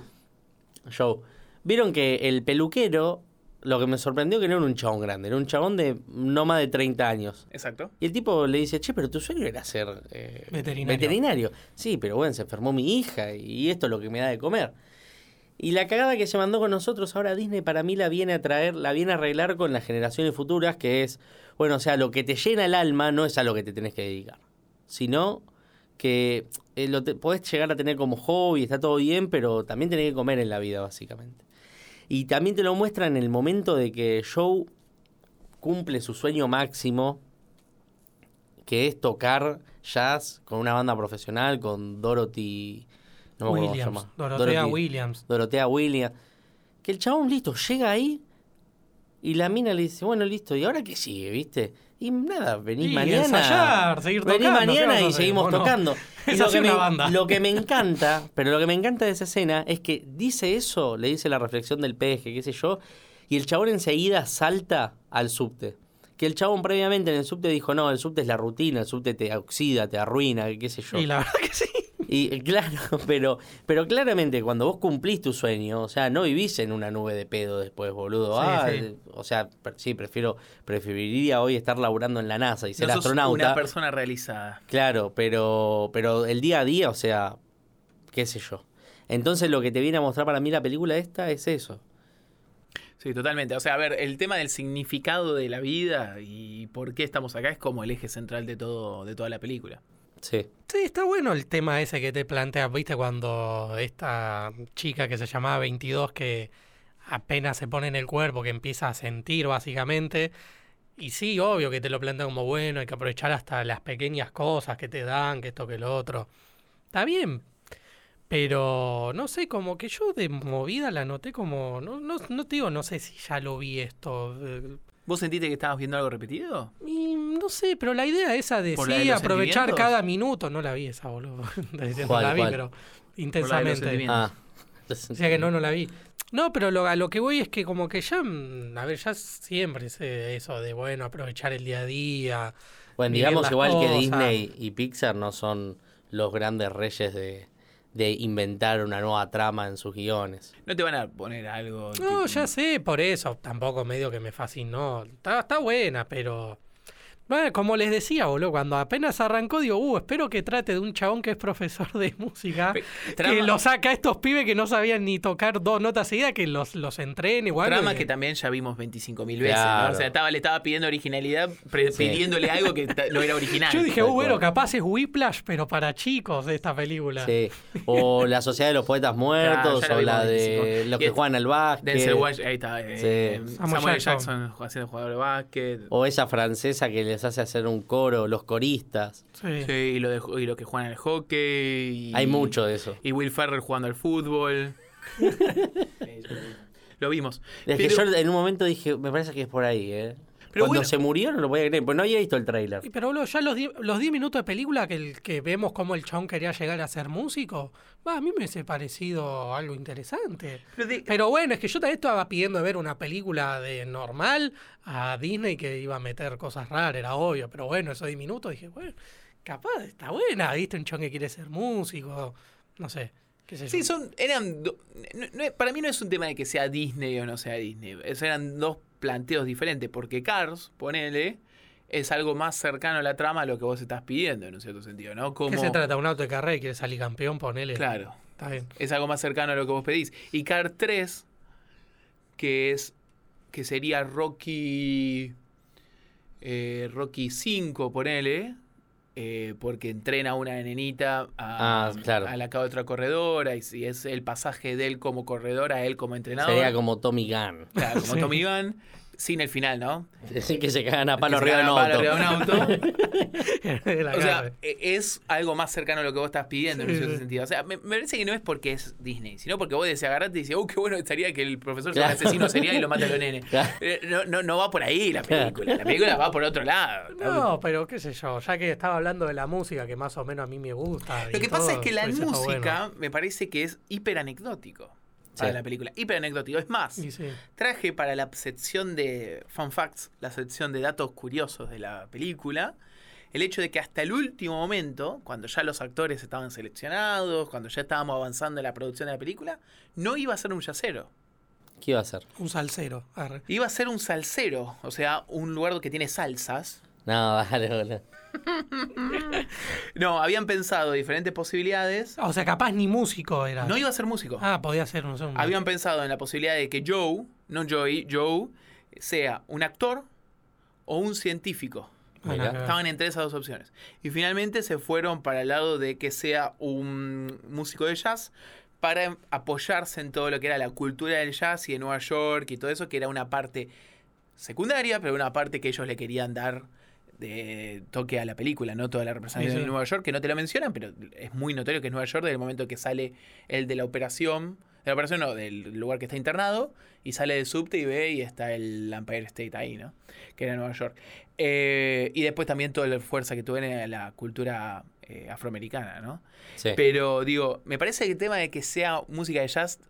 [SPEAKER 3] Show. Vieron que el peluquero, lo que me sorprendió que no era un chabón grande, era un chabón de no más de 30 años.
[SPEAKER 1] Exacto.
[SPEAKER 3] Y el tipo le dice, che, pero tu sueño era ser eh,
[SPEAKER 2] Veterinario.
[SPEAKER 3] Sí, pero bueno, se enfermó mi hija y esto es lo que me da de comer. Y la cagada que se mandó con nosotros ahora Disney para mí la viene a traer, la viene a arreglar con las generaciones futuras, que es, bueno, o sea, lo que te llena el alma no es a lo que te tenés que dedicar, sino que eh, lo te- podés llegar a tener como hobby, está todo bien, pero también tenés que comer en la vida, básicamente. Y también te lo muestra en el momento de que Joe cumple su sueño máximo, que es tocar jazz con una banda profesional, con Dorothy... No me acuerdo cómo se
[SPEAKER 2] Williams.
[SPEAKER 3] llama.
[SPEAKER 2] Dorotea
[SPEAKER 3] Dorothy-
[SPEAKER 2] Williams.
[SPEAKER 3] Dorotea Williams. Que el chabón, listo, llega ahí y la mina le dice, bueno, listo, ¿y ahora qué sigue, viste? Y nada, venís
[SPEAKER 2] Y
[SPEAKER 3] mañana.
[SPEAKER 2] ensayar, seguir
[SPEAKER 3] venís
[SPEAKER 2] tocando, ¿qué vas a
[SPEAKER 3] mañana y
[SPEAKER 2] hacer?
[SPEAKER 3] seguimos
[SPEAKER 2] Bueno,
[SPEAKER 3] tocando. Y
[SPEAKER 2] es
[SPEAKER 3] lo,
[SPEAKER 2] hacer
[SPEAKER 3] que me,
[SPEAKER 2] una banda.
[SPEAKER 3] lo que me encanta, pero lo que me encanta de esa escena es que dice eso, le dice la reflexión del pez, que qué sé yo, y el chabón enseguida salta al subte. Que el chabón previamente en el subte dijo, no, el subte es la rutina, el subte te oxida, te arruina, qué sé yo.
[SPEAKER 2] Y la verdad que sí.
[SPEAKER 3] Y eh, claro, pero, pero claramente cuando vos cumplís tu sueño, o sea, no vivís en una nube de pedo después, boludo.
[SPEAKER 2] Sí,
[SPEAKER 3] Ah,
[SPEAKER 2] sí.
[SPEAKER 3] eh, O sea, pre- sí, prefiero, preferiría hoy estar laburando en la NASA y ser
[SPEAKER 1] No sos
[SPEAKER 3] astronauta.
[SPEAKER 1] Una persona realizada.
[SPEAKER 3] Claro, pero, pero el día a día, o sea, qué sé yo. Entonces lo que te viene a mostrar para mí la película esta es eso.
[SPEAKER 1] Sí, totalmente. O sea, a ver, el tema del significado de la vida y por qué estamos acá es como el eje central de todo, de toda la película.
[SPEAKER 3] Sí.
[SPEAKER 2] Sí, está bueno el tema ese que te planteas, viste, cuando esta chica que se llamaba 22, que apenas se pone en el cuerpo, que empieza a sentir básicamente. Y sí, obvio que te lo plantean como bueno, hay que aprovechar hasta las pequeñas cosas que te dan, que esto, que lo otro. Está bien. Pero no sé, como que yo de movida la noté como. No, no, no te digo, no sé si ya lo vi esto. eh,
[SPEAKER 1] ¿Vos sentiste que estabas viendo algo repetido?
[SPEAKER 2] y no sé, pero la idea esa de
[SPEAKER 1] ¿Por la de
[SPEAKER 2] sí,
[SPEAKER 1] los
[SPEAKER 2] aprovechar
[SPEAKER 1] sentimientos?
[SPEAKER 2] cada minuto. No la vi esa, boludo. Estoy diciendo,
[SPEAKER 3] ¿Cuál,
[SPEAKER 2] la vi,
[SPEAKER 3] cuál?
[SPEAKER 2] pero
[SPEAKER 1] sentimientos.
[SPEAKER 2] intensamente.
[SPEAKER 3] Ah.
[SPEAKER 2] O sea que no, no la vi. No, pero lo, a lo que voy es que como que ya, mm, a ver, ya siempre es eh, eso de, bueno, aprovechar el día a día.
[SPEAKER 3] Bueno,
[SPEAKER 2] Ni
[SPEAKER 3] digamos
[SPEAKER 2] las
[SPEAKER 3] igual que
[SPEAKER 2] cosas.
[SPEAKER 3] Disney y Pixar no son los grandes reyes de, de inventar una nueva trama en sus guiones.
[SPEAKER 1] No te van a poner algo.
[SPEAKER 2] No,
[SPEAKER 1] tipo-
[SPEAKER 2] ya sé, por eso tampoco medio que me fascinó. Está, está buena, pero... Bueno, como les decía, boludo, cuando apenas arrancó, digo, uh, espero que trate de un chabón que es profesor de música,
[SPEAKER 1] Pe-
[SPEAKER 2] que
[SPEAKER 1] trama-
[SPEAKER 2] lo saca a estos pibes que no sabían ni tocar dos notas seguidas, que los, los entrene o algo.
[SPEAKER 1] Trama
[SPEAKER 2] y-
[SPEAKER 1] que también ya vimos 25.000 veces.
[SPEAKER 3] Claro.
[SPEAKER 1] ¿no? O sea, estaba, le estaba pidiendo originalidad, pre-
[SPEAKER 3] Sí. "Oh,
[SPEAKER 1] pidiéndole algo que ta- no era original.
[SPEAKER 2] Yo dije,
[SPEAKER 3] Tal
[SPEAKER 2] uh, bueno,
[SPEAKER 3] cual.
[SPEAKER 2] capaz es Whiplash, pero para chicos de esta película.
[SPEAKER 3] Sí. O la Sociedad de los Poetas Muertos,
[SPEAKER 1] Claro, ya la
[SPEAKER 3] o la
[SPEAKER 1] vimos,
[SPEAKER 3] de
[SPEAKER 1] buenísimo.
[SPEAKER 3] los
[SPEAKER 1] Y
[SPEAKER 3] que
[SPEAKER 1] es-
[SPEAKER 3] juegan al básquet.
[SPEAKER 1] Denzel Washington, ahí está. eh,
[SPEAKER 3] Sí.
[SPEAKER 1] Samuel,
[SPEAKER 2] Samuel
[SPEAKER 1] Jackson.
[SPEAKER 2] Jackson.
[SPEAKER 1] haciendo jugador de básquet.
[SPEAKER 3] O esa francesa que les hace hacer un coro, los coristas.
[SPEAKER 2] Sí.
[SPEAKER 1] Sí, y, lo de- y lo que juegan al hockey. y-
[SPEAKER 3] Hay mucho de eso.
[SPEAKER 1] Y Will Ferrell jugando al fútbol. lo vimos.
[SPEAKER 3] Es que
[SPEAKER 1] Pero-
[SPEAKER 3] yo en un momento dije, me parece que es por ahí, ¿eh?
[SPEAKER 1] Pero
[SPEAKER 3] Cuando
[SPEAKER 1] bueno.
[SPEAKER 3] se murió no lo podía creer, pues no había visto el tráiler.
[SPEAKER 2] Y Pero boludo, ya los 10 los 10 minutos de película que, el- que vemos cómo el chabón quería llegar a ser músico, va, a mí me hubiese parecido algo interesante.
[SPEAKER 1] pero de-
[SPEAKER 2] Pero bueno, es que yo también estaba pidiendo ver una película de normal a Disney que iba a meter cosas raras, era obvio, pero bueno, esos 10 minutos dije, bueno, capaz, está buena, viste, un chabón que quiere ser músico, no sé, qué sé yo.
[SPEAKER 1] Sí, son, eran. do- no- no- para mí no es un tema de que sea Disney o no sea Disney. Es- eran dos planteos diferentes, porque Cars, ponele, es algo más cercano a la trama a lo que vos estás pidiendo, en un cierto sentido, ¿no? Como,
[SPEAKER 2] ¿Qué se trata? ¿Un auto de carrera y quiere salir campeón? Ponele.
[SPEAKER 1] Claro,
[SPEAKER 2] Está bien.
[SPEAKER 1] es algo más cercano a lo que vos pedís. Y Cars 3, que es. que sería Rocky. eh, Rocky 5, ponele. eh, porque entrena a una nenita a,
[SPEAKER 3] Ah, claro.
[SPEAKER 1] a la que otra corredora y, si es el pasaje de él como corredor a él como entrenador.
[SPEAKER 3] Sería como Tommy Gunn.
[SPEAKER 1] Claro, como
[SPEAKER 2] Sí.
[SPEAKER 1] Tommy Gunn, sin el final, ¿no?
[SPEAKER 3] Decir que se cagan a palo
[SPEAKER 1] Que se
[SPEAKER 3] arriba de un
[SPEAKER 1] cagan a palo
[SPEAKER 3] auto.
[SPEAKER 1] arriba de un auto.
[SPEAKER 2] La
[SPEAKER 1] o sea,
[SPEAKER 2] cara. ¿eh?
[SPEAKER 1] e- es algo más cercano a lo que vos estás pidiendo en un
[SPEAKER 2] Sí,
[SPEAKER 1] cierto
[SPEAKER 2] sí.
[SPEAKER 1] sentido. O sea, me, me parece que no es porque es Disney, sino porque vos decís agarrate y dices, uh, qué bueno estaría que el profesor sea un
[SPEAKER 3] Claro.
[SPEAKER 1] asesino serial y lo mate a los nenes.
[SPEAKER 3] Claro.
[SPEAKER 1] Eh, No, no, no va por ahí la película. La película va por otro lado.
[SPEAKER 2] No, pero qué sé yo, ya que estaba hablando de la música, que más o menos a mí me gusta. y
[SPEAKER 1] Lo que pasa
[SPEAKER 2] todo,
[SPEAKER 1] es que la
[SPEAKER 2] pues eso está
[SPEAKER 1] música me parece que es hiper anecdótico para
[SPEAKER 3] Sí.
[SPEAKER 1] la película. Hiper anecdótico. Es más,
[SPEAKER 2] bueno. Y sí.
[SPEAKER 1] traje para la sección de fun facts, la sección de datos curiosos de la película, el hecho de que hasta el último momento, cuando ya los actores estaban seleccionados, cuando ya estábamos avanzando en la producción de la película, no iba a ser un yacero.
[SPEAKER 3] ¿Qué iba a hacer?
[SPEAKER 2] Un salsero. arre.
[SPEAKER 1] Iba a ser un salsero, o sea, un lugar que tiene salsas.
[SPEAKER 3] No, dale, boludo.
[SPEAKER 1] No, habían pensado diferentes posibilidades.
[SPEAKER 2] O sea, capaz ni músico era.
[SPEAKER 1] No iba a ser músico.
[SPEAKER 2] Ah, podía ser, no sé. un-
[SPEAKER 1] Habían pensado en la posibilidad de que Joe, no Joey, Joe, sea un actor o un científico.
[SPEAKER 2] Ah,
[SPEAKER 3] Mirá.
[SPEAKER 2] no, no.
[SPEAKER 1] Estaban entre esas dos opciones. Y finalmente se fueron para el lado de que sea un músico de jazz para em- apoyarse en todo lo que era la cultura del jazz y de Nueva York y todo eso, que era una parte secundaria, pero una parte que ellos le querían dar de toque a la película, no toda la representación
[SPEAKER 2] Sí, sí.
[SPEAKER 1] de Nueva York, que no te lo mencionan, pero es muy notorio que es Nueva York desde el momento que sale el de la operación, de la operación no, del lugar que está internado, y sale del subte y ve y está el Empire State ahí, ¿no? Que era Nueva York. Eh, y después también toda la fuerza que tuvo en la cultura eh, afroamericana, ¿no?
[SPEAKER 3] Sí.
[SPEAKER 1] Pero digo, me parece que el tema de que sea música de jazz,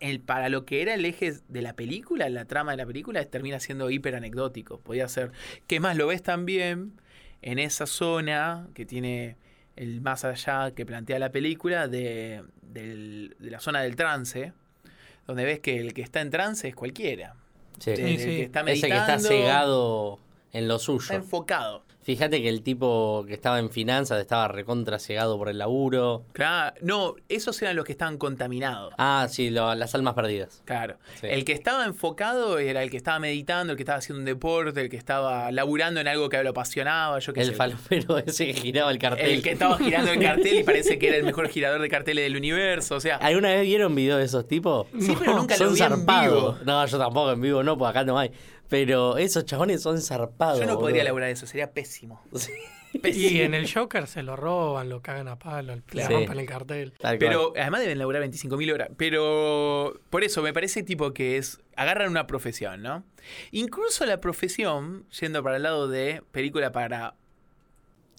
[SPEAKER 1] el, para lo que era el eje de la película, la trama de la película, es- termina siendo hiper anecdótico. Podía ser. Que más lo ves también en esa zona que tiene el más allá que plantea la película de, del- de la zona del trance, donde ves que el que está en trance es cualquiera.
[SPEAKER 3] Sí.
[SPEAKER 1] El, el
[SPEAKER 2] sí.
[SPEAKER 1] que está
[SPEAKER 3] Ese que está
[SPEAKER 1] meditando,
[SPEAKER 3] cegado en lo suyo.
[SPEAKER 1] Está enfocado.
[SPEAKER 3] Fíjate que el tipo que estaba en finanzas estaba recontra cegado por el laburo.
[SPEAKER 1] Claro, no, esos eran los que estaban contaminados.
[SPEAKER 3] Ah, sí, lo- las almas perdidas.
[SPEAKER 1] Claro.
[SPEAKER 3] Sí.
[SPEAKER 1] El que estaba enfocado era el que estaba meditando, el que estaba haciendo un deporte, el que estaba laburando en algo que lo apasionaba, yo qué
[SPEAKER 3] El
[SPEAKER 1] sé.
[SPEAKER 3] falopero ese que giraba el cartel.
[SPEAKER 1] El que estaba girando el cartel y parece que era el mejor girador de carteles del universo, o sea.
[SPEAKER 3] ¿Alguna vez vieron video de esos tipos?
[SPEAKER 1] Sí, pero nunca lo
[SPEAKER 3] son
[SPEAKER 1] vi en
[SPEAKER 3] zarpados.
[SPEAKER 1] vivo.
[SPEAKER 3] No, yo tampoco en vivo, no, pues acá no hay. Pero esos chabones son zarpados.
[SPEAKER 1] Yo no podría
[SPEAKER 3] boludo.
[SPEAKER 1] laburar eso, sería pésimo.
[SPEAKER 3] Sí.
[SPEAKER 1] Pésimo.
[SPEAKER 2] Y en el Joker se lo roban, lo cagan a palo, le
[SPEAKER 3] Sí.
[SPEAKER 2] rompen el cartel.
[SPEAKER 3] Tal cual.
[SPEAKER 1] Pero además deben laburar 25.000 horas. Pero por eso me parece tipo que es. Agarran una profesión, ¿no? Incluso la profesión, yendo para el lado de película para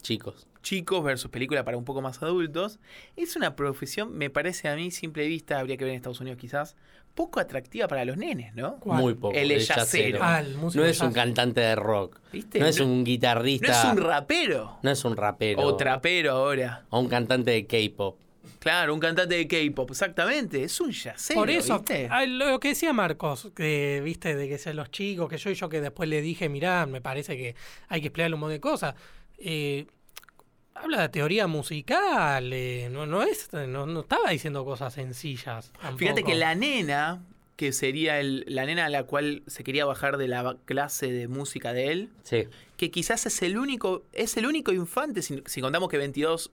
[SPEAKER 3] Chicos.
[SPEAKER 1] chicos versus película para un poco más adultos, es una profesión, me parece a mí, simple vista, habría que ver en Estados Unidos quizás, poco atractiva para los nenes, ¿no?
[SPEAKER 2] ¿Cuál?
[SPEAKER 3] Muy poco.
[SPEAKER 1] El
[SPEAKER 3] de
[SPEAKER 1] yacero.
[SPEAKER 2] Ah, el músico
[SPEAKER 3] No
[SPEAKER 2] de
[SPEAKER 3] es un
[SPEAKER 2] jazz.
[SPEAKER 3] cantante de rock.
[SPEAKER 1] ¿Viste?
[SPEAKER 3] No es
[SPEAKER 1] No-
[SPEAKER 3] un
[SPEAKER 1] No es
[SPEAKER 3] guitarrista.
[SPEAKER 1] un rapero.
[SPEAKER 3] no es un rapero.
[SPEAKER 1] O trapero ahora.
[SPEAKER 3] O un cantante de K-pop.
[SPEAKER 1] Claro, un cantante de K-pop, exactamente. Es un yacero,
[SPEAKER 2] Por eso,
[SPEAKER 1] ¿viste?
[SPEAKER 2] ah, lo que decía Marcos, que viste, de que sean los chicos, que yo y yo que después le dije, mirá, me parece que hay que explayar un montón de cosas. Eh, habla de teoría musical, eh, no, no es, no, no estaba diciendo cosas sencillas. tampoco.
[SPEAKER 1] Fíjate que la nena, que sería el- la nena a la cual se quería bajar de la ba- clase de música de él,
[SPEAKER 3] Sí.
[SPEAKER 1] que quizás es el único, es el único infante, si, si contamos que 22,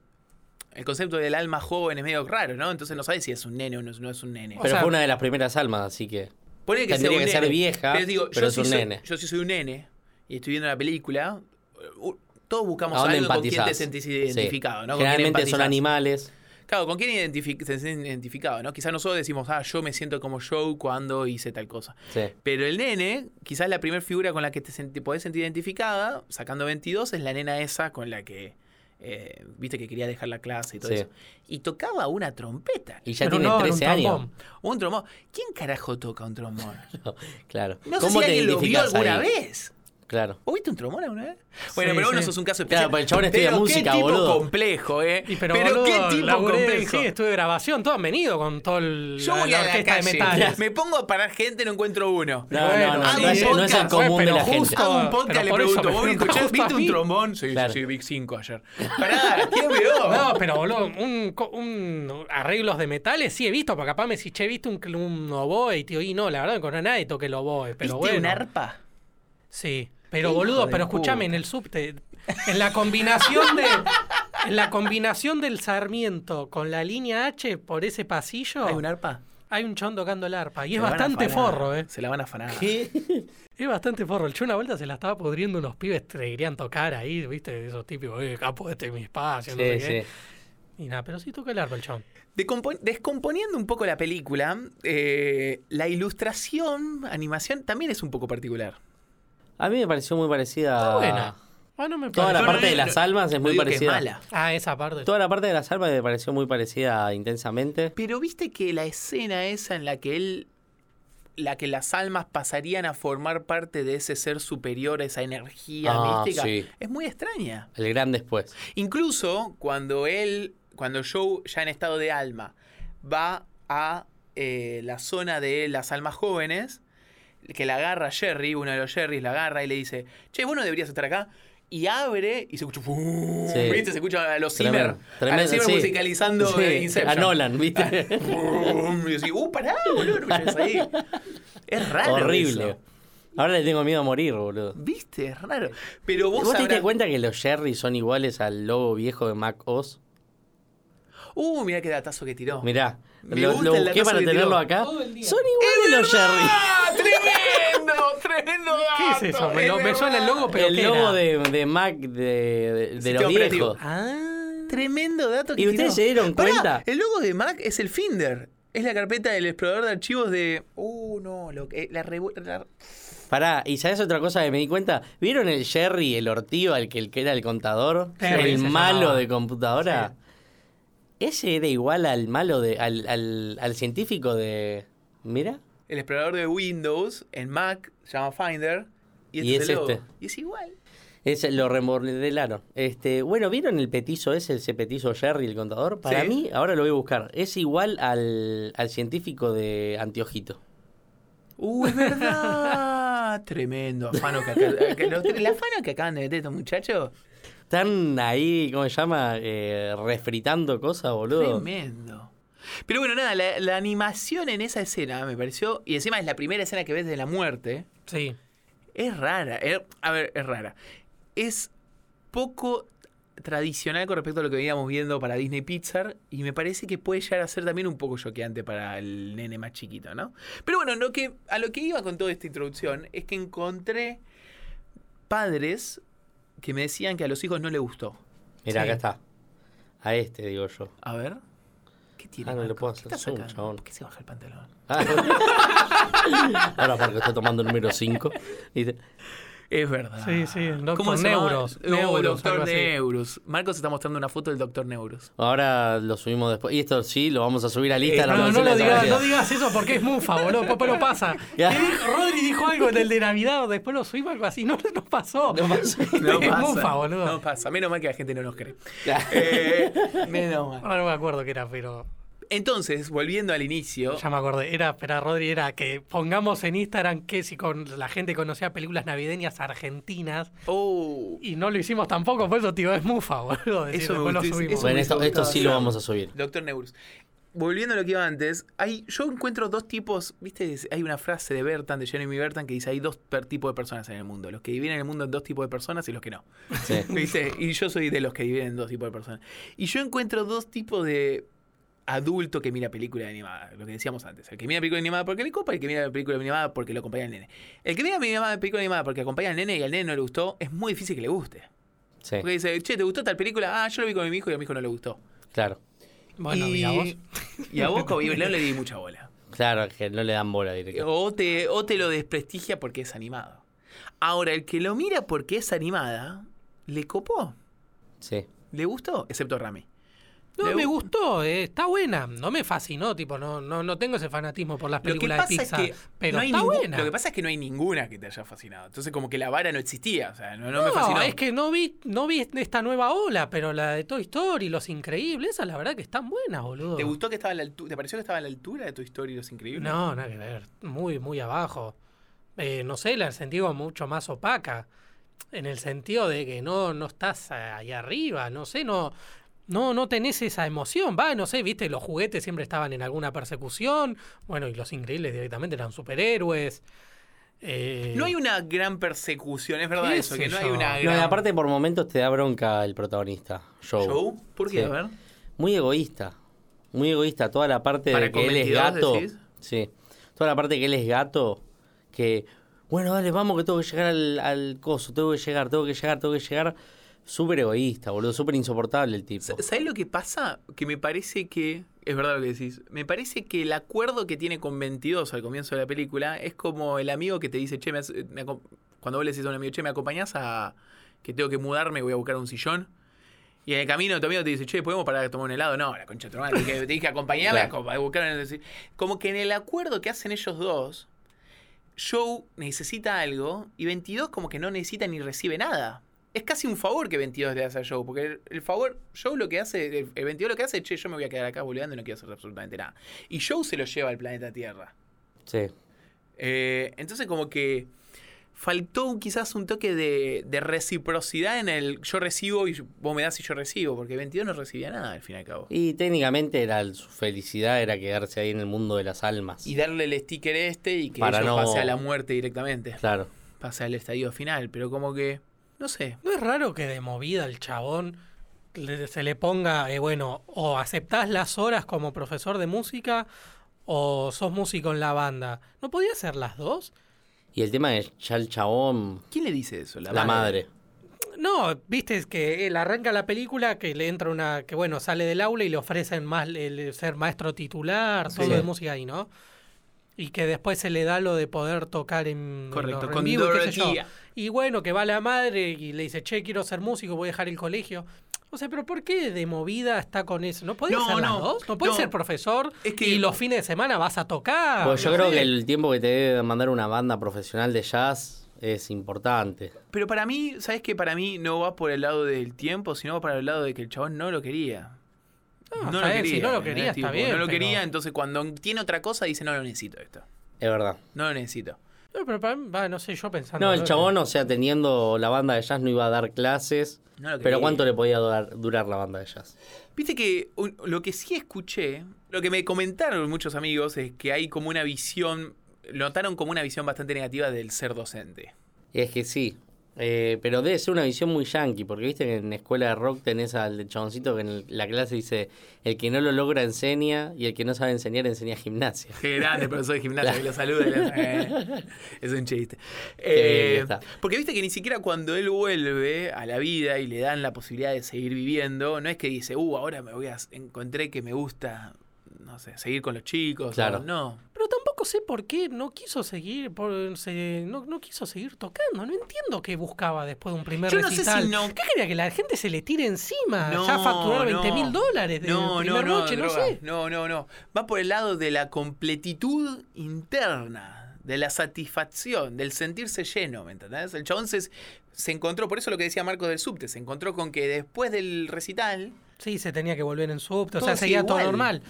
[SPEAKER 1] el concepto del alma joven es medio raro, ¿no? Entonces no sabes si es un nene o no, es- no es un nene.
[SPEAKER 2] O
[SPEAKER 3] Pero
[SPEAKER 2] sea-
[SPEAKER 3] fue una de las primeras almas, así que.
[SPEAKER 1] Ponele
[SPEAKER 3] tendría
[SPEAKER 1] un
[SPEAKER 3] que ser
[SPEAKER 1] nene.
[SPEAKER 3] vieja, pero es
[SPEAKER 1] sí
[SPEAKER 3] un
[SPEAKER 1] soy-
[SPEAKER 3] nene.
[SPEAKER 1] yo sí soy un nene y estoy viendo la película, u- todos buscamos
[SPEAKER 3] ¿A dónde
[SPEAKER 1] algo con quien
[SPEAKER 3] empatizás?
[SPEAKER 1] te sentís identificado,
[SPEAKER 3] Sí.
[SPEAKER 1] ¿no? Con quién
[SPEAKER 3] Generalmente
[SPEAKER 1] empatizás.
[SPEAKER 3] son animales.
[SPEAKER 1] Claro, ¿con quién identifi- se sienten identificado, no? Quizás nosotros decimos, ah, yo me siento como Joe cuando hice tal cosa.
[SPEAKER 3] Sí.
[SPEAKER 1] Pero el nene, quizás la primera figura con la que te, sent- te podés sentir identificada, sacando 22, es la nena esa con la que, eh, viste que quería dejar la clase y todo
[SPEAKER 3] Sí.
[SPEAKER 1] eso. Y tocaba una trompeta.
[SPEAKER 3] Y ya
[SPEAKER 2] Pero
[SPEAKER 3] tiene
[SPEAKER 2] no, era un
[SPEAKER 3] 13 años.
[SPEAKER 2] trombón.
[SPEAKER 1] Un trombón. ¿Quién carajo toca un trombón?
[SPEAKER 3] Claro.
[SPEAKER 1] No sé
[SPEAKER 3] ¿Cómo
[SPEAKER 1] si
[SPEAKER 3] te
[SPEAKER 1] alguien lo vio
[SPEAKER 3] identificas
[SPEAKER 1] alguna
[SPEAKER 3] ahí?
[SPEAKER 1] vez.
[SPEAKER 3] Claro.
[SPEAKER 1] ¿Vos viste un trombón alguna vez? Bueno,
[SPEAKER 2] Sí,
[SPEAKER 1] pero vos no
[SPEAKER 2] sí.
[SPEAKER 1] sos un caso especial.
[SPEAKER 3] Claro, porque el chabón estudia
[SPEAKER 1] Pero
[SPEAKER 3] música,
[SPEAKER 1] qué tipo
[SPEAKER 3] boludo.
[SPEAKER 1] complejo, ¿eh?
[SPEAKER 2] Y pero boludo,
[SPEAKER 1] qué tipo
[SPEAKER 2] laburé,
[SPEAKER 1] complejo.
[SPEAKER 2] Sí, estuve de grabación, todos han venido con todo el,
[SPEAKER 1] Yo voy a
[SPEAKER 2] la
[SPEAKER 1] la
[SPEAKER 2] orquesta de
[SPEAKER 1] calle,
[SPEAKER 2] metales.
[SPEAKER 1] me pongo a parar gente, no encuentro uno.
[SPEAKER 3] No, no, no,
[SPEAKER 1] hago
[SPEAKER 3] no,
[SPEAKER 1] un
[SPEAKER 3] es, no es el
[SPEAKER 1] podcast,
[SPEAKER 3] común de
[SPEAKER 2] pero
[SPEAKER 3] la gente.
[SPEAKER 2] justo-
[SPEAKER 1] Hago un podcast,
[SPEAKER 2] Pero
[SPEAKER 1] le
[SPEAKER 2] por eso
[SPEAKER 1] pregunto,
[SPEAKER 2] me
[SPEAKER 1] ¿vos
[SPEAKER 2] preguntó
[SPEAKER 1] escuchás,
[SPEAKER 2] a
[SPEAKER 1] viste un
[SPEAKER 2] mí.
[SPEAKER 1] trombón? Sí,
[SPEAKER 3] Claro.
[SPEAKER 1] sí, sí, Big 5 ayer. Pará, ¿quién veo?
[SPEAKER 2] No, pero boludo, un, co- un- arreglos de metales sí he visto, porque capaz me decís, che, viste un, cl- un oboe, y tío, y no, la verdad, con nadie toque el oboe, pero
[SPEAKER 1] ¿Viste
[SPEAKER 2] bueno.
[SPEAKER 1] un arpa?
[SPEAKER 2] Sí, pero
[SPEAKER 1] Hijo
[SPEAKER 2] boludo,
[SPEAKER 1] de
[SPEAKER 2] pero escúchame, en el subte, en la combinación de... En la combinación del Sarmiento con la línea H por ese pasillo,
[SPEAKER 1] ¿Hay un arpa?
[SPEAKER 2] hay un chon tocando el arpa. Y
[SPEAKER 1] Se
[SPEAKER 2] es
[SPEAKER 1] la van a
[SPEAKER 2] bastante
[SPEAKER 1] afanar,
[SPEAKER 2] forro, ¿eh?
[SPEAKER 1] Se la van a afanar.
[SPEAKER 2] Es bastante forro. El chon una vuelta se la estaba pudriendo unos pibes, te querían tocar ahí, ¿viste? Esos típicos, eh, capo, este es mi espacio, no sé
[SPEAKER 3] Sí,
[SPEAKER 2] qué.
[SPEAKER 3] sí.
[SPEAKER 2] Y nada, pero sí toca el arpa el chon.
[SPEAKER 1] Decompo- Descomponiendo un poco la película, eh, la ilustración, animación, también es un poco particular.
[SPEAKER 3] A mí me pareció muy parecida.
[SPEAKER 2] Está
[SPEAKER 3] a-
[SPEAKER 2] buena. Ah, no me
[SPEAKER 3] Toda
[SPEAKER 2] parece.
[SPEAKER 3] la
[SPEAKER 1] No,
[SPEAKER 3] parte
[SPEAKER 1] no,
[SPEAKER 3] de
[SPEAKER 1] no,
[SPEAKER 3] las
[SPEAKER 1] no,
[SPEAKER 3] almas es
[SPEAKER 1] no
[SPEAKER 3] muy
[SPEAKER 1] digo que es
[SPEAKER 3] parecida.
[SPEAKER 1] mala.
[SPEAKER 2] Ah, esa parte.
[SPEAKER 3] Toda la parte de las almas me pareció muy parecida a intensamente.
[SPEAKER 1] Pero viste que la escena esa en la que él. La que las almas pasarían a formar parte de ese ser superior, esa energía
[SPEAKER 3] Ah,
[SPEAKER 1] mística,
[SPEAKER 3] sí.
[SPEAKER 1] es muy extraña.
[SPEAKER 3] El gran después.
[SPEAKER 1] Incluso cuando él, cuando Joe, ya en estado de alma, va a eh, la zona de las almas jóvenes, que la agarra Jerry, uno de los Jerrys la agarra y le dice, che, vos no deberías estar acá. Y abre y se escucha. ¡fum!
[SPEAKER 3] Sí.
[SPEAKER 1] ¿Viste? Se escucha a los Zimmer.
[SPEAKER 3] Tremendo.
[SPEAKER 1] a los
[SPEAKER 3] Tremendo,
[SPEAKER 1] Zimmer
[SPEAKER 3] sí.
[SPEAKER 1] musicalizando
[SPEAKER 3] Sí, Ah,
[SPEAKER 1] eh, Inception.
[SPEAKER 3] A Nolan, ¿viste?
[SPEAKER 1] ¡Bum! Y así, uh, pará, boludo, no me lleves ahí. Es raro.
[SPEAKER 3] Horrible.
[SPEAKER 1] eso.
[SPEAKER 3] Ahora le tengo miedo a morir, boludo.
[SPEAKER 1] ¿Viste? Es raro. Pero vos,
[SPEAKER 3] ¿Vos te diste
[SPEAKER 1] sabrás-
[SPEAKER 3] cuenta que los Jerry son iguales al lobo viejo de Mac Oz?
[SPEAKER 1] Uh, mirá qué datazo que tiró.
[SPEAKER 3] Mirá,
[SPEAKER 1] Me
[SPEAKER 3] lo,
[SPEAKER 1] gusta
[SPEAKER 3] lo
[SPEAKER 1] el
[SPEAKER 3] busqué
[SPEAKER 1] datazo
[SPEAKER 3] para
[SPEAKER 1] que tiró.
[SPEAKER 3] tenerlo acá. Son
[SPEAKER 2] Todo el día.
[SPEAKER 3] iguales los Jerry.
[SPEAKER 1] ¡Ah! ¡Tremendo! ¡Tremendo!
[SPEAKER 2] ¿Qué es
[SPEAKER 1] dato!
[SPEAKER 2] eso? Me, lo- me
[SPEAKER 1] verdad.
[SPEAKER 2] suena el logo, pero
[SPEAKER 3] el
[SPEAKER 2] ¿qué
[SPEAKER 3] logo
[SPEAKER 2] era?
[SPEAKER 3] de, de Mac de, de, de los
[SPEAKER 1] Sistema operativo.
[SPEAKER 3] viejos.
[SPEAKER 2] Ah.
[SPEAKER 1] Tremendo dato que
[SPEAKER 3] ¿Y
[SPEAKER 1] tiró.
[SPEAKER 3] ustedes se dieron
[SPEAKER 1] Pará,
[SPEAKER 3] cuenta?
[SPEAKER 1] El logo de Mac es el Finder. Es la carpeta del explorador de archivos de. Uh, no, lo que- la, revu- la-
[SPEAKER 3] Pará, ¿y sabes otra cosa que me di cuenta? ¿Vieron el Jerry, el ortigo, el que, el que era el contador?
[SPEAKER 2] Jerry
[SPEAKER 3] el
[SPEAKER 2] se
[SPEAKER 3] malo
[SPEAKER 2] llamaba.
[SPEAKER 3] de computadora. Ese era igual al malo de. al, al, al científico de. Mira.
[SPEAKER 1] el explorador de Windows en Mac se llama Finder. Y, este
[SPEAKER 3] Y
[SPEAKER 1] es,
[SPEAKER 3] es
[SPEAKER 1] el logo.
[SPEAKER 3] este.
[SPEAKER 1] Y es igual.
[SPEAKER 3] Ese lo remodelaron. Este, bueno, ¿vieron el petizo ese, ese petizo Jerry, el contador? Para
[SPEAKER 1] Sí.
[SPEAKER 3] mí, ahora lo voy a buscar. Es igual al, al científico de Antiojito.
[SPEAKER 1] ¡Uh, es verdad! Ah, tremendo afano que, acá- que los- el afano que acaban de meter estos muchachos.
[SPEAKER 3] Están ahí, ¿cómo se llama? Eh, refritando cosas, boludo.
[SPEAKER 1] Tremendo. Pero bueno, nada, la, la animación en esa escena me pareció. Y encima es la primera escena que ves de la muerte.
[SPEAKER 2] Sí.
[SPEAKER 1] Es rara. eh, a ver, es rara. Es poco tradicional con respecto a lo que veníamos viendo para Disney Pixar. Y me parece que puede llegar a ser también un poco choqueante para el nene más chiquito, ¿no? Pero bueno, lo que, a lo que iba con toda esta introducción es que encontré padres que me decían que a los hijos no les gustó.
[SPEAKER 3] Mira,
[SPEAKER 2] Sí.
[SPEAKER 3] acá está. A este, digo yo.
[SPEAKER 1] A ver. ¿Qué tiene?
[SPEAKER 3] Ah, no le
[SPEAKER 1] Marco?
[SPEAKER 3] puedo
[SPEAKER 1] ¿Qué
[SPEAKER 3] hacer
[SPEAKER 1] estás
[SPEAKER 3] zoom,
[SPEAKER 1] sacando?
[SPEAKER 3] chabón.
[SPEAKER 1] ¿Por qué se baja el pantalón?
[SPEAKER 3] Ah. Ahora porque está tomando el número 5.
[SPEAKER 1] Es verdad.
[SPEAKER 2] Sí, sí, el Dr.
[SPEAKER 1] ¿Cómo se llama?
[SPEAKER 2] Neuros.
[SPEAKER 1] No,
[SPEAKER 2] Neuros, algo
[SPEAKER 1] doctor
[SPEAKER 2] así.
[SPEAKER 1] Neuros. Marcos está mostrando una foto del doctor Neuros.
[SPEAKER 3] Ahora lo subimos después. Y esto sí, lo vamos a subir a lista.
[SPEAKER 1] Eh,
[SPEAKER 3] de las
[SPEAKER 2] No, no,
[SPEAKER 3] canciones
[SPEAKER 2] lo digas, no
[SPEAKER 3] desaparecidas.
[SPEAKER 2] digas eso porque es mufa, boludo. Después lo pasa.
[SPEAKER 3] Ya.
[SPEAKER 2] Que dijo- Rodri dijo algo en el de Navidad, después lo subimos algo así. No, no pasó.
[SPEAKER 3] No pasa.
[SPEAKER 2] es mufa, boludo.
[SPEAKER 1] No pasa. Menos mal que la gente no nos cree. Eh, menos mal.
[SPEAKER 2] Ahora no me acuerdo qué era, pero
[SPEAKER 1] Entonces, volviendo al inicio.
[SPEAKER 2] ya me acordé. Era, espera, Rodri, era que pongamos en Instagram que si con la gente conocía películas navideñas argentinas
[SPEAKER 1] Oh,
[SPEAKER 2] y no lo hicimos tampoco, por eso, tío, es mufa, boludo. Decir,
[SPEAKER 1] Eso me
[SPEAKER 2] después lo
[SPEAKER 1] gustó,
[SPEAKER 2] subimos.
[SPEAKER 1] eso me
[SPEAKER 3] Bueno, esto,
[SPEAKER 1] hubiese
[SPEAKER 3] esto sí lo
[SPEAKER 1] gustado.
[SPEAKER 3] vamos a subir.
[SPEAKER 1] doctor Neuros. Volviendo a lo que iba antes, hay, yo encuentro dos tipos, viste, hay una frase de Bertan, de Jeremy Bertan, que dice hay dos per- tipos de personas en el mundo, los que dividen el mundo en dos tipos de personas y los que no.
[SPEAKER 3] Sí.
[SPEAKER 1] ¿Viste? Y yo soy de los que viven en dos tipos de personas. Y yo encuentro dos tipos de adulto que mira película animada, lo que decíamos antes. El que mira película animada porque le copa, el que mira película animada porque lo acompaña al nene. El que mira mi- película animada porque acompaña al nene y al nene no le gustó, es muy difícil que le guste.
[SPEAKER 3] Sí,
[SPEAKER 1] Porque dice, che, ¿te gustó tal película? Ah, yo lo vi con mi hijo y a mi hijo no le gustó.
[SPEAKER 3] claro.
[SPEAKER 2] Bueno,
[SPEAKER 1] y,
[SPEAKER 2] mira vos.
[SPEAKER 1] y a vos, Kobe Bryant, le di mucha bola.
[SPEAKER 3] Claro, que no le dan bola directamente.
[SPEAKER 1] O te, o te lo desprestigia porque es animado. Ahora, el que lo mira porque es animada, le copó.
[SPEAKER 3] Sí.
[SPEAKER 1] ¿Le gustó? Excepto Rami.
[SPEAKER 2] No,
[SPEAKER 1] Le-
[SPEAKER 2] me gustó, eh, está buena. No me fascinó, tipo, no, no, no tengo ese fanatismo por las
[SPEAKER 1] Lo que
[SPEAKER 2] películas
[SPEAKER 1] pasa
[SPEAKER 2] de Pixar.
[SPEAKER 1] es que
[SPEAKER 2] pero
[SPEAKER 1] no hay
[SPEAKER 2] está
[SPEAKER 1] ningú-
[SPEAKER 2] buena.
[SPEAKER 1] Lo que pasa es que no hay ninguna que te haya fascinado. Entonces como que la vara no existía, o sea, no, no
[SPEAKER 2] No,
[SPEAKER 1] me fascinó.
[SPEAKER 2] es que no vi, no vi esta nueva ola, pero la de Toy Story, Los Increíbles, esa la verdad que están buenas, boludo.
[SPEAKER 1] ¿Te gustó que estaba a la altura? ¿Te pareció que estaba a la altura de tu historia y los increíbles?
[SPEAKER 2] No, nada que ver. Muy, muy abajo. Eh, no sé, la sentido mucho más opaca. En el sentido de que no, no estás ahí arriba, no sé, no, no, no tenés esa emoción. Va, no sé, viste, los juguetes siempre estaban en alguna persecución. Bueno, y los increíbles directamente eran superhéroes. Eh,
[SPEAKER 1] No hay una gran persecución, es verdad
[SPEAKER 2] ¿Qué
[SPEAKER 1] eso,
[SPEAKER 2] sé
[SPEAKER 1] que no hay
[SPEAKER 2] yo?
[SPEAKER 1] una
[SPEAKER 3] No,
[SPEAKER 1] gran
[SPEAKER 3] y aparte por momentos te da bronca el protagonista, Joe.
[SPEAKER 1] show. ¿Por qué?
[SPEAKER 3] Sí.
[SPEAKER 1] A ver.
[SPEAKER 3] Muy egoísta. Muy egoísta. Toda la parte
[SPEAKER 1] Para
[SPEAKER 3] de que él es
[SPEAKER 1] 22
[SPEAKER 3] gato.
[SPEAKER 1] decís.
[SPEAKER 3] Sí. Toda la parte que él es gato. Que, bueno, dale, vamos, que tengo que llegar al, al coso. Tengo que llegar, tengo que llegar, tengo que llegar. Súper egoísta, boludo. Súper insoportable el tipo.
[SPEAKER 1] Sa- ¿Sabés lo que pasa? Que me parece que, es verdad lo que decís, me parece que el acuerdo que tiene con 22 al comienzo de la película es como el amigo que te dice, che, me hace- me acom- cuando vos le decís a un amigo, che, ¿me acompañás a que tengo que mudarme, voy a buscar un sillón? Y en el camino tu amigo te dice, che, ¿podemos parar a tomar un helado? No, la concha de tu madre, te dije- te dije acompañarme a,
[SPEAKER 3] Claro.
[SPEAKER 1] co- a buscar un si-". Como que en el acuerdo que hacen ellos dos, Joe necesita algo y 22 como que no necesita ni recibe nada. Es casi un favor que 22 le hace a Joe, porque el, el favor, Joe lo que hace, el, el 22 lo que hace es, che, yo me voy a quedar acá boleando y no quiero hacer absolutamente nada. Y Joe se lo lleva al planeta Tierra.
[SPEAKER 3] Sí.
[SPEAKER 1] Eh, entonces como que faltó un- quizás un toque de, de reciprocidad en el yo recibo y vos me das y yo recibo, porque 22 no recibía nada al fin y al cabo.
[SPEAKER 3] Y técnicamente era su felicidad era quedarse ahí en el mundo de las almas.
[SPEAKER 1] Y darle el sticker este y que
[SPEAKER 3] Para
[SPEAKER 1] ellos
[SPEAKER 3] no-
[SPEAKER 1] pase a la muerte directamente,
[SPEAKER 3] Claro.
[SPEAKER 1] pase al estadio final, pero como que, no sé,
[SPEAKER 2] ¿No es raro que de movida el chabón le- se le ponga, eh, bueno, o aceptás las horas como profesor de música o sos músico en la banda? ¿No podía ser las dos?
[SPEAKER 3] Y el tema es ya el chabón,
[SPEAKER 1] ¿quién le dice eso?
[SPEAKER 3] la, madre.
[SPEAKER 2] No, viste es que él arranca la película, que le entra una, que bueno, sale del aula y le ofrecen más el ser maestro titular,
[SPEAKER 1] Sí.
[SPEAKER 2] todo de música ahí, ¿no? Y que después se le da lo de poder tocar en, en
[SPEAKER 1] Correcto,
[SPEAKER 2] los
[SPEAKER 1] con
[SPEAKER 2] en vivo y qué sé yo.
[SPEAKER 1] Dorotía.
[SPEAKER 2] Y bueno, que va la madre y le dice, che, quiero ser músico, voy a dejar el colegio. O sea, pero ¿por qué de movida está con eso? ¿No podés
[SPEAKER 1] No,
[SPEAKER 2] ser las
[SPEAKER 1] no,
[SPEAKER 2] dos? ¿No podés
[SPEAKER 1] no.
[SPEAKER 2] ser profesor
[SPEAKER 1] Es que-
[SPEAKER 2] y los fines de semana vas a tocar?
[SPEAKER 3] Pues yo
[SPEAKER 1] Ah, no
[SPEAKER 3] creo
[SPEAKER 1] sé.
[SPEAKER 3] que el tiempo que te debe mandar una banda profesional de jazz es importante.
[SPEAKER 1] Pero para mí, ¿sabes que Para mí no va por el lado del tiempo, sino va por el lado de que el chabón no lo quería.
[SPEAKER 2] No, Ah, está bien, si no lo
[SPEAKER 1] ¿entendés?
[SPEAKER 2] quería, está
[SPEAKER 1] Tipo,
[SPEAKER 2] bien,
[SPEAKER 1] No lo
[SPEAKER 2] pero-
[SPEAKER 1] quería, entonces cuando tiene otra cosa dice, no lo necesito esto.
[SPEAKER 3] Es verdad.
[SPEAKER 1] No lo necesito.
[SPEAKER 2] No, pero para mí, va, Ah, no sé, yo pensando.
[SPEAKER 3] No, el chabón, o sea, teniendo la banda de jazz no iba a dar clases.
[SPEAKER 1] No lo
[SPEAKER 3] Pero
[SPEAKER 1] creí.
[SPEAKER 3] ¿cuánto le podía durar, durar la banda de jazz?
[SPEAKER 1] Viste que un- lo que sí escuché, lo que me comentaron muchos amigos es que hay como una visión, lo notaron como una visión bastante negativa del ser docente.
[SPEAKER 3] Y es que sí. Eh, pero debe ser una visión muy yankee, porque viste que en escuela de rock tenés al chaboncito que en el- la clase dice: el que no lo logra enseña y el que no sabe enseñar enseña gimnasia.
[SPEAKER 1] Qué grande profesor de gimnasia, que lo saluda. y lo- eh, es un chiste.
[SPEAKER 3] bien
[SPEAKER 1] Eh,
[SPEAKER 3] está.
[SPEAKER 1] porque viste que ni siquiera cuando él vuelve a la vida y le dan la posibilidad de seguir viviendo, no es que dice, uh, ahora me voy a encontré que me gusta, no sé, seguir con los chicos.
[SPEAKER 3] Claro.
[SPEAKER 1] o No.
[SPEAKER 2] Pero tampoco sé por qué no quiso seguir, por, se- no, no quiso seguir tocando. No entiendo qué buscaba después de un primer
[SPEAKER 1] Yo no sé
[SPEAKER 2] recital.
[SPEAKER 1] si no-
[SPEAKER 2] ¿Qué quería que la gente se le tire encima?
[SPEAKER 1] No,
[SPEAKER 2] ya facturar
[SPEAKER 1] no.
[SPEAKER 2] 20 mil dólares de primer noche, no
[SPEAKER 1] droga.
[SPEAKER 2] sé.
[SPEAKER 1] No, no, no. Va por el lado de la completitud interna, de la satisfacción, del sentirse lleno, ¿me entendés? El chabón se, se encontró, por eso lo que decía Marcos del subte, se encontró con que después del recital,
[SPEAKER 2] Sí, se tenía que volver en subte, o
[SPEAKER 1] Todo
[SPEAKER 2] sea,
[SPEAKER 1] sigue
[SPEAKER 2] seguía todo
[SPEAKER 1] igual.
[SPEAKER 2] normal.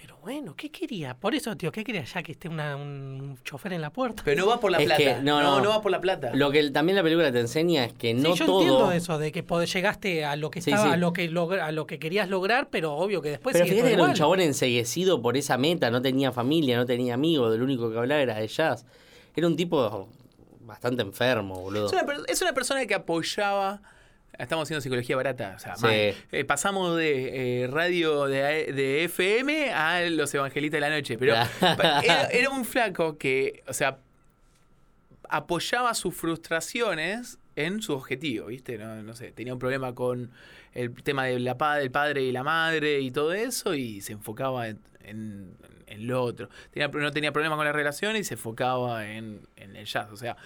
[SPEAKER 2] Pero bueno, ¿qué quería? Por eso, tío, ¿qué quería ya que esté una- un chofer en la puerta?
[SPEAKER 1] pero no va por la
[SPEAKER 3] Es
[SPEAKER 1] plata.
[SPEAKER 3] que- no,
[SPEAKER 1] no,
[SPEAKER 3] no.
[SPEAKER 1] no, va por la plata.
[SPEAKER 3] Lo que el- también la película te enseña es que
[SPEAKER 2] Sí,
[SPEAKER 3] no
[SPEAKER 2] yo
[SPEAKER 3] todo.
[SPEAKER 2] entiendo eso, de que pod- llegaste a lo que
[SPEAKER 3] Sí,
[SPEAKER 2] estaba,
[SPEAKER 3] sí.
[SPEAKER 2] A, lo que logra- a lo que querías lograr, pero obvio que después
[SPEAKER 3] Pero
[SPEAKER 2] sigue
[SPEAKER 3] fíjate que
[SPEAKER 2] todo
[SPEAKER 3] era un
[SPEAKER 2] Pues igual.
[SPEAKER 3] chabón enseguecido por esa meta, no tenía familia, no tenía amigos, el único que hablaba era de jazz. Era un tipo bastante enfermo, boludo.
[SPEAKER 1] Es una, per- es una persona que apoyaba. Estamos haciendo psicología barata. O sea,
[SPEAKER 3] Sí.
[SPEAKER 1] mal. Eh, pasamos de eh, radio de, A- de FM a los evangelistas de la noche. Pero pa- era, era un flaco que, o sea, apoyaba sus frustraciones en su objetivo, ¿viste? No, no sé, tenía un problema con el tema de la pa- del padre y la madre y todo eso y se enfocaba en, en- en lo otro. Tenía, no tenía problema con las relaciones y se enfocaba en, en el jazz. O sea,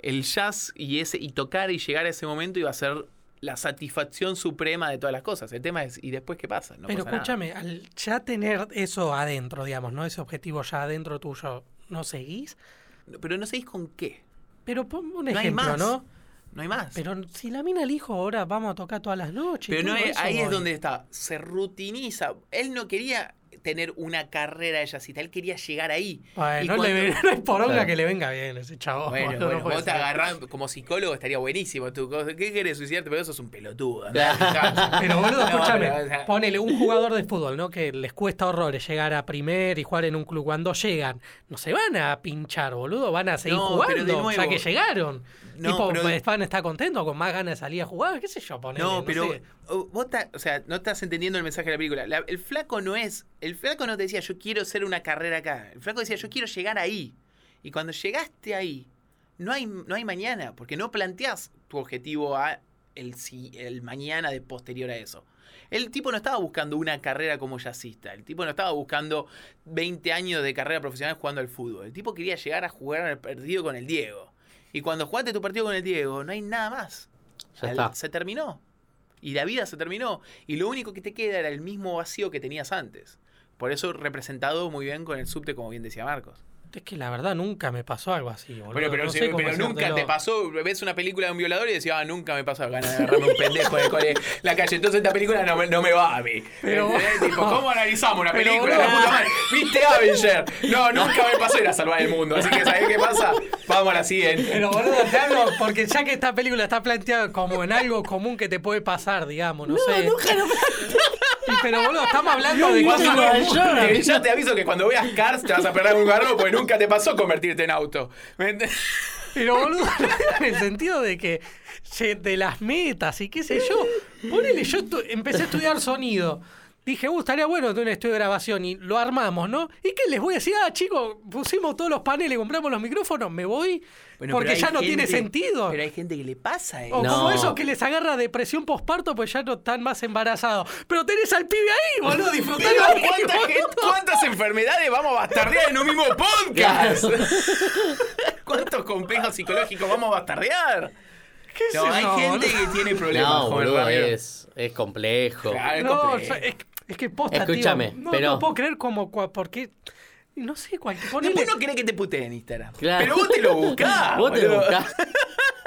[SPEAKER 1] el jazz y, ese, y tocar y llegar a ese momento iba a ser la satisfacción suprema de todas las cosas. El tema es, ¿y después qué pasa? No
[SPEAKER 2] pero
[SPEAKER 1] pasa nada.
[SPEAKER 2] escúchame, al ya tener eso adentro, digamos, ¿no? Ese objetivo ya adentro tuyo, ¿no seguís?
[SPEAKER 1] Pero no sabéis con qué.
[SPEAKER 2] Pero pon un
[SPEAKER 1] No hay
[SPEAKER 2] ejemplo,
[SPEAKER 1] más.
[SPEAKER 2] ¿no?
[SPEAKER 1] No hay más.
[SPEAKER 2] Pero si la mina el hijo ahora vamos a tocar todas las noches. y
[SPEAKER 1] Pero no
[SPEAKER 2] todo
[SPEAKER 1] es-
[SPEAKER 2] eso,
[SPEAKER 1] ahí es
[SPEAKER 2] voy.
[SPEAKER 1] donde está. Se rutiniza. Él no quería tener una carrera de jazzista, él quería llegar ahí.
[SPEAKER 2] Bueno,
[SPEAKER 1] Y
[SPEAKER 2] no,
[SPEAKER 1] cuando-
[SPEAKER 2] le, no hay poronga
[SPEAKER 3] Claro.
[SPEAKER 2] que le venga bien a ese chabón.
[SPEAKER 1] Bueno,
[SPEAKER 2] no
[SPEAKER 1] bueno,
[SPEAKER 2] puede
[SPEAKER 1] vos te
[SPEAKER 2] ser.
[SPEAKER 1] agarrás, como psicólogo estaría buenísimo. Tú, ¿Qué querés suicidarte? Pero eso es un pelotudo. andá, fijate.
[SPEAKER 2] Pero boludo,
[SPEAKER 1] No,
[SPEAKER 2] escúchame,
[SPEAKER 1] pero, o sea,
[SPEAKER 2] ponele un jugador de fútbol, ¿no? Que les cuesta horrores llegar a primer y jugar en un club. Cuando llegan, no se van a pinchar, boludo, van a seguir
[SPEAKER 1] No, pero de
[SPEAKER 2] jugando. Ya
[SPEAKER 1] nuevo.
[SPEAKER 2] que llegaron.
[SPEAKER 1] No,
[SPEAKER 2] tipo,
[SPEAKER 1] pero de-
[SPEAKER 2] van a estar contentos, con más ganas de salir a jugar, qué sé yo, ponele.
[SPEAKER 1] No, pero
[SPEAKER 2] sé.
[SPEAKER 1] o- vos ta- o sea, no estás entendiendo el mensaje de la película. La- el flaco no es, el flaco no te decía yo quiero hacer una carrera acá. El flaco decía yo quiero llegar ahí. Y cuando llegaste ahí, no hay, no hay mañana, porque no planteás tu objetivo a el, si- el mañana de posterior a eso. El tipo no estaba buscando una carrera como jazzista. El tipo no estaba buscando 20 años de carrera profesional jugando al fútbol. El tipo quería llegar a jugar al partido con el Diego. Y cuando jugaste tu partido con el Diego, no hay nada más.
[SPEAKER 3] Ya
[SPEAKER 1] Al-
[SPEAKER 3] está.
[SPEAKER 1] Se terminó. Y la vida se terminó. Y lo único que te queda era el mismo vacío que tenías antes. Por eso representado muy bien con el subte, como bien decía Marcos.
[SPEAKER 2] Es que la verdad nunca me pasó algo así, boludo. no sé cómo
[SPEAKER 1] nunca
[SPEAKER 2] hacértelo.
[SPEAKER 1] te pasó. Ves una película de un violador y decías, ah, nunca me pasó ganas de agarrarme un pendejo de cole- la calle. Entonces esta película no me, no me va a mí.
[SPEAKER 2] Pero-
[SPEAKER 1] ¿Entendés? Tipo, ¿Cómo analizamos una
[SPEAKER 2] Pero,
[SPEAKER 1] película? La
[SPEAKER 2] boludo.
[SPEAKER 1] puta madre. ¿Viste Avenger? No, nunca me pasó ir a salvar el mundo. Así que, ¿sabés qué pasa? Vamos a la siguiente.
[SPEAKER 2] Pero boludo, te hablo porque ya que esta película está planteada como en algo común que te puede pasar, digamos, no, sé. Y, pero boludo, estamos hablando de
[SPEAKER 3] no,
[SPEAKER 2] cosas
[SPEAKER 3] no,
[SPEAKER 2] muy-
[SPEAKER 3] no, York.
[SPEAKER 1] Te- eh, ya te aviso que cuando veas Cars te vas a perder un garro porque nunca te pasó convertirte en auto. ¿Me ent-
[SPEAKER 2] Pero boludo, en el sentido de que che, de las metas y qué sé yo. Ponele, yo estu- empecé a estudiar sonido. Dije, uh, estaría bueno tener un estudio de grabación y lo armamos, ¿no? ¿Y qué les voy a decir? Ah, chicos, pusimos todos los paneles, compramos los micrófonos, me voy. porque ya no tiene sentido.
[SPEAKER 1] hay gente que le pasa
[SPEAKER 2] O
[SPEAKER 3] No.
[SPEAKER 2] como esos que les agarra depresión posparto, pues ya no están más embarazados. Pero tenés al pibe ahí, boludo, disfrutando.
[SPEAKER 1] ¿cuánta gente- ¿Cuántas enfermedades vamos a bastardear en un mismo podcast? ¿Cuántos complejos psicológicos vamos a bastardear?
[SPEAKER 2] ¿Qué sé
[SPEAKER 1] No, hay
[SPEAKER 2] yo,
[SPEAKER 1] gente
[SPEAKER 2] boludo?
[SPEAKER 1] que tiene problemas
[SPEAKER 3] No,
[SPEAKER 1] con el
[SPEAKER 3] boludo,
[SPEAKER 1] radio.
[SPEAKER 3] es, es complejo.
[SPEAKER 1] Claro, Ah, es
[SPEAKER 2] No,
[SPEAKER 1] complejo.
[SPEAKER 2] o sea, es, es que posta, tío.
[SPEAKER 3] Escúchame,
[SPEAKER 2] no,
[SPEAKER 3] pero-
[SPEAKER 2] no puedo creer como cua- por qué no sé cuál ponele,
[SPEAKER 1] Después no querés que te puteen en Instagram.
[SPEAKER 3] Claro.
[SPEAKER 1] Pero vos te lo buscás.
[SPEAKER 3] Vos te
[SPEAKER 1] boludo.
[SPEAKER 3] buscás.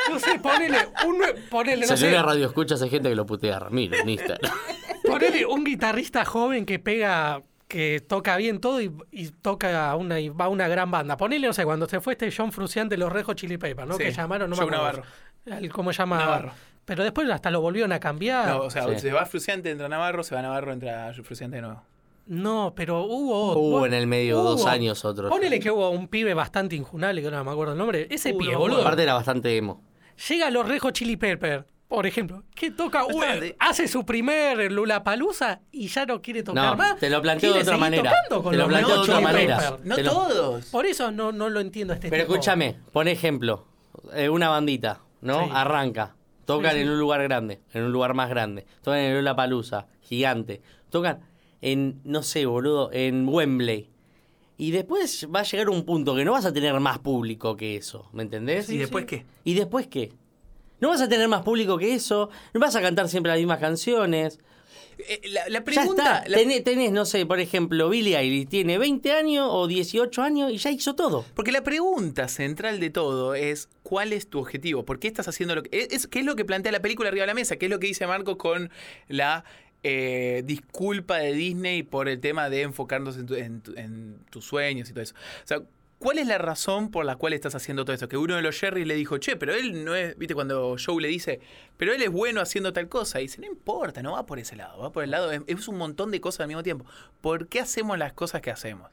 [SPEAKER 2] no sé, ponele un ponele, no
[SPEAKER 3] Si
[SPEAKER 2] sé,
[SPEAKER 3] en la radio escuchas hay gente que lo putea a Ramiro en Instagram.
[SPEAKER 2] ponele un guitarrista joven que pega que toca bien todo y, y toca a una, y va a una gran banda. Ponele, no sé, cuando se fue este John Fruciante de los Rejo Chili Peppers, ¿no?
[SPEAKER 1] Sí,
[SPEAKER 2] Que llamaron, no me
[SPEAKER 1] Joe
[SPEAKER 2] acuerdo. al- ¿Cómo llama?
[SPEAKER 1] Navarro.
[SPEAKER 2] Pero después hasta lo volvieron a cambiar.
[SPEAKER 1] No,
[SPEAKER 2] No,
[SPEAKER 1] o sea,
[SPEAKER 3] Sí.
[SPEAKER 1] se va Fruciante, entra Navarro, se va Navarro, entra Fruciante de nuevo.
[SPEAKER 2] pero hubo otro.
[SPEAKER 3] Hubo en el medio
[SPEAKER 2] hubo-
[SPEAKER 3] dos años otros.
[SPEAKER 2] Ponele que hubo un pibe bastante injunable, que ahora no me acuerdo el nombre. Ese
[SPEAKER 1] Uh,
[SPEAKER 2] pibe,
[SPEAKER 1] no,
[SPEAKER 2] boludo.
[SPEAKER 3] Aparte era bastante emo.
[SPEAKER 2] Llega a los Rejo Chili Pepper, por ejemplo, que toca,
[SPEAKER 1] Pero
[SPEAKER 2] uy,
[SPEAKER 1] espérate.
[SPEAKER 2] hace su primer Lula Palusa y ya no quiere tocar
[SPEAKER 3] No,
[SPEAKER 2] más.
[SPEAKER 3] te lo planteo de
[SPEAKER 2] Quiere
[SPEAKER 3] otra
[SPEAKER 2] seguir
[SPEAKER 3] manera.
[SPEAKER 2] tocando con
[SPEAKER 3] Te lo
[SPEAKER 2] los
[SPEAKER 3] planteo de
[SPEAKER 2] Red Hot
[SPEAKER 3] otra
[SPEAKER 2] Chili
[SPEAKER 3] manera.
[SPEAKER 2] Pepper.
[SPEAKER 1] No
[SPEAKER 3] Te lo-
[SPEAKER 1] todos.
[SPEAKER 2] Por eso no, no lo entiendo a este
[SPEAKER 3] Pero
[SPEAKER 2] tipo.
[SPEAKER 3] escúchame, por ejemplo, eh, una bandita, ¿no?
[SPEAKER 2] Sí.
[SPEAKER 3] Arranca, tocan
[SPEAKER 2] Sí, sí.
[SPEAKER 3] en un lugar grande, en un lugar más grande, tocan en La Palusa, gigante, tocan en, no sé, boludo, en Wembley. Y después va a llegar un punto que no vas a tener más público que eso, ¿me entendés?
[SPEAKER 1] ¿Y después qué?
[SPEAKER 3] ¿Y después qué? No vas a tener más público que eso, no vas a cantar siempre las mismas canciones.
[SPEAKER 1] Eh, la, la
[SPEAKER 3] Ya
[SPEAKER 1] pregunta.
[SPEAKER 3] está,
[SPEAKER 1] la-
[SPEAKER 3] tenés, tenés, no sé, por ejemplo, Billie Eilish tiene 20 años o 18 años y ya hizo todo.
[SPEAKER 1] Porque la pregunta central de todo es ¿cuál es tu objetivo? ¿Por qué estás haciendo lo que es- es? ¿Qué es lo que plantea la película arriba de la mesa? ¿Qué es lo que dice Marco con la eh, disculpa de Disney por el tema de enfocarnos en, tu- en tu- en tus sueños y todo eso? O sea, ¿cuál es la razón por la cual estás haciendo todo eso? Que uno de los Jerry le dijo, che, pero él no es, viste, cuando Joe le dice, pero él es bueno haciendo tal cosa. Y dice, no importa, no va por ese lado, va por el lado, es- es un montón de cosas al mismo tiempo. ¿Por qué hacemos las cosas que hacemos?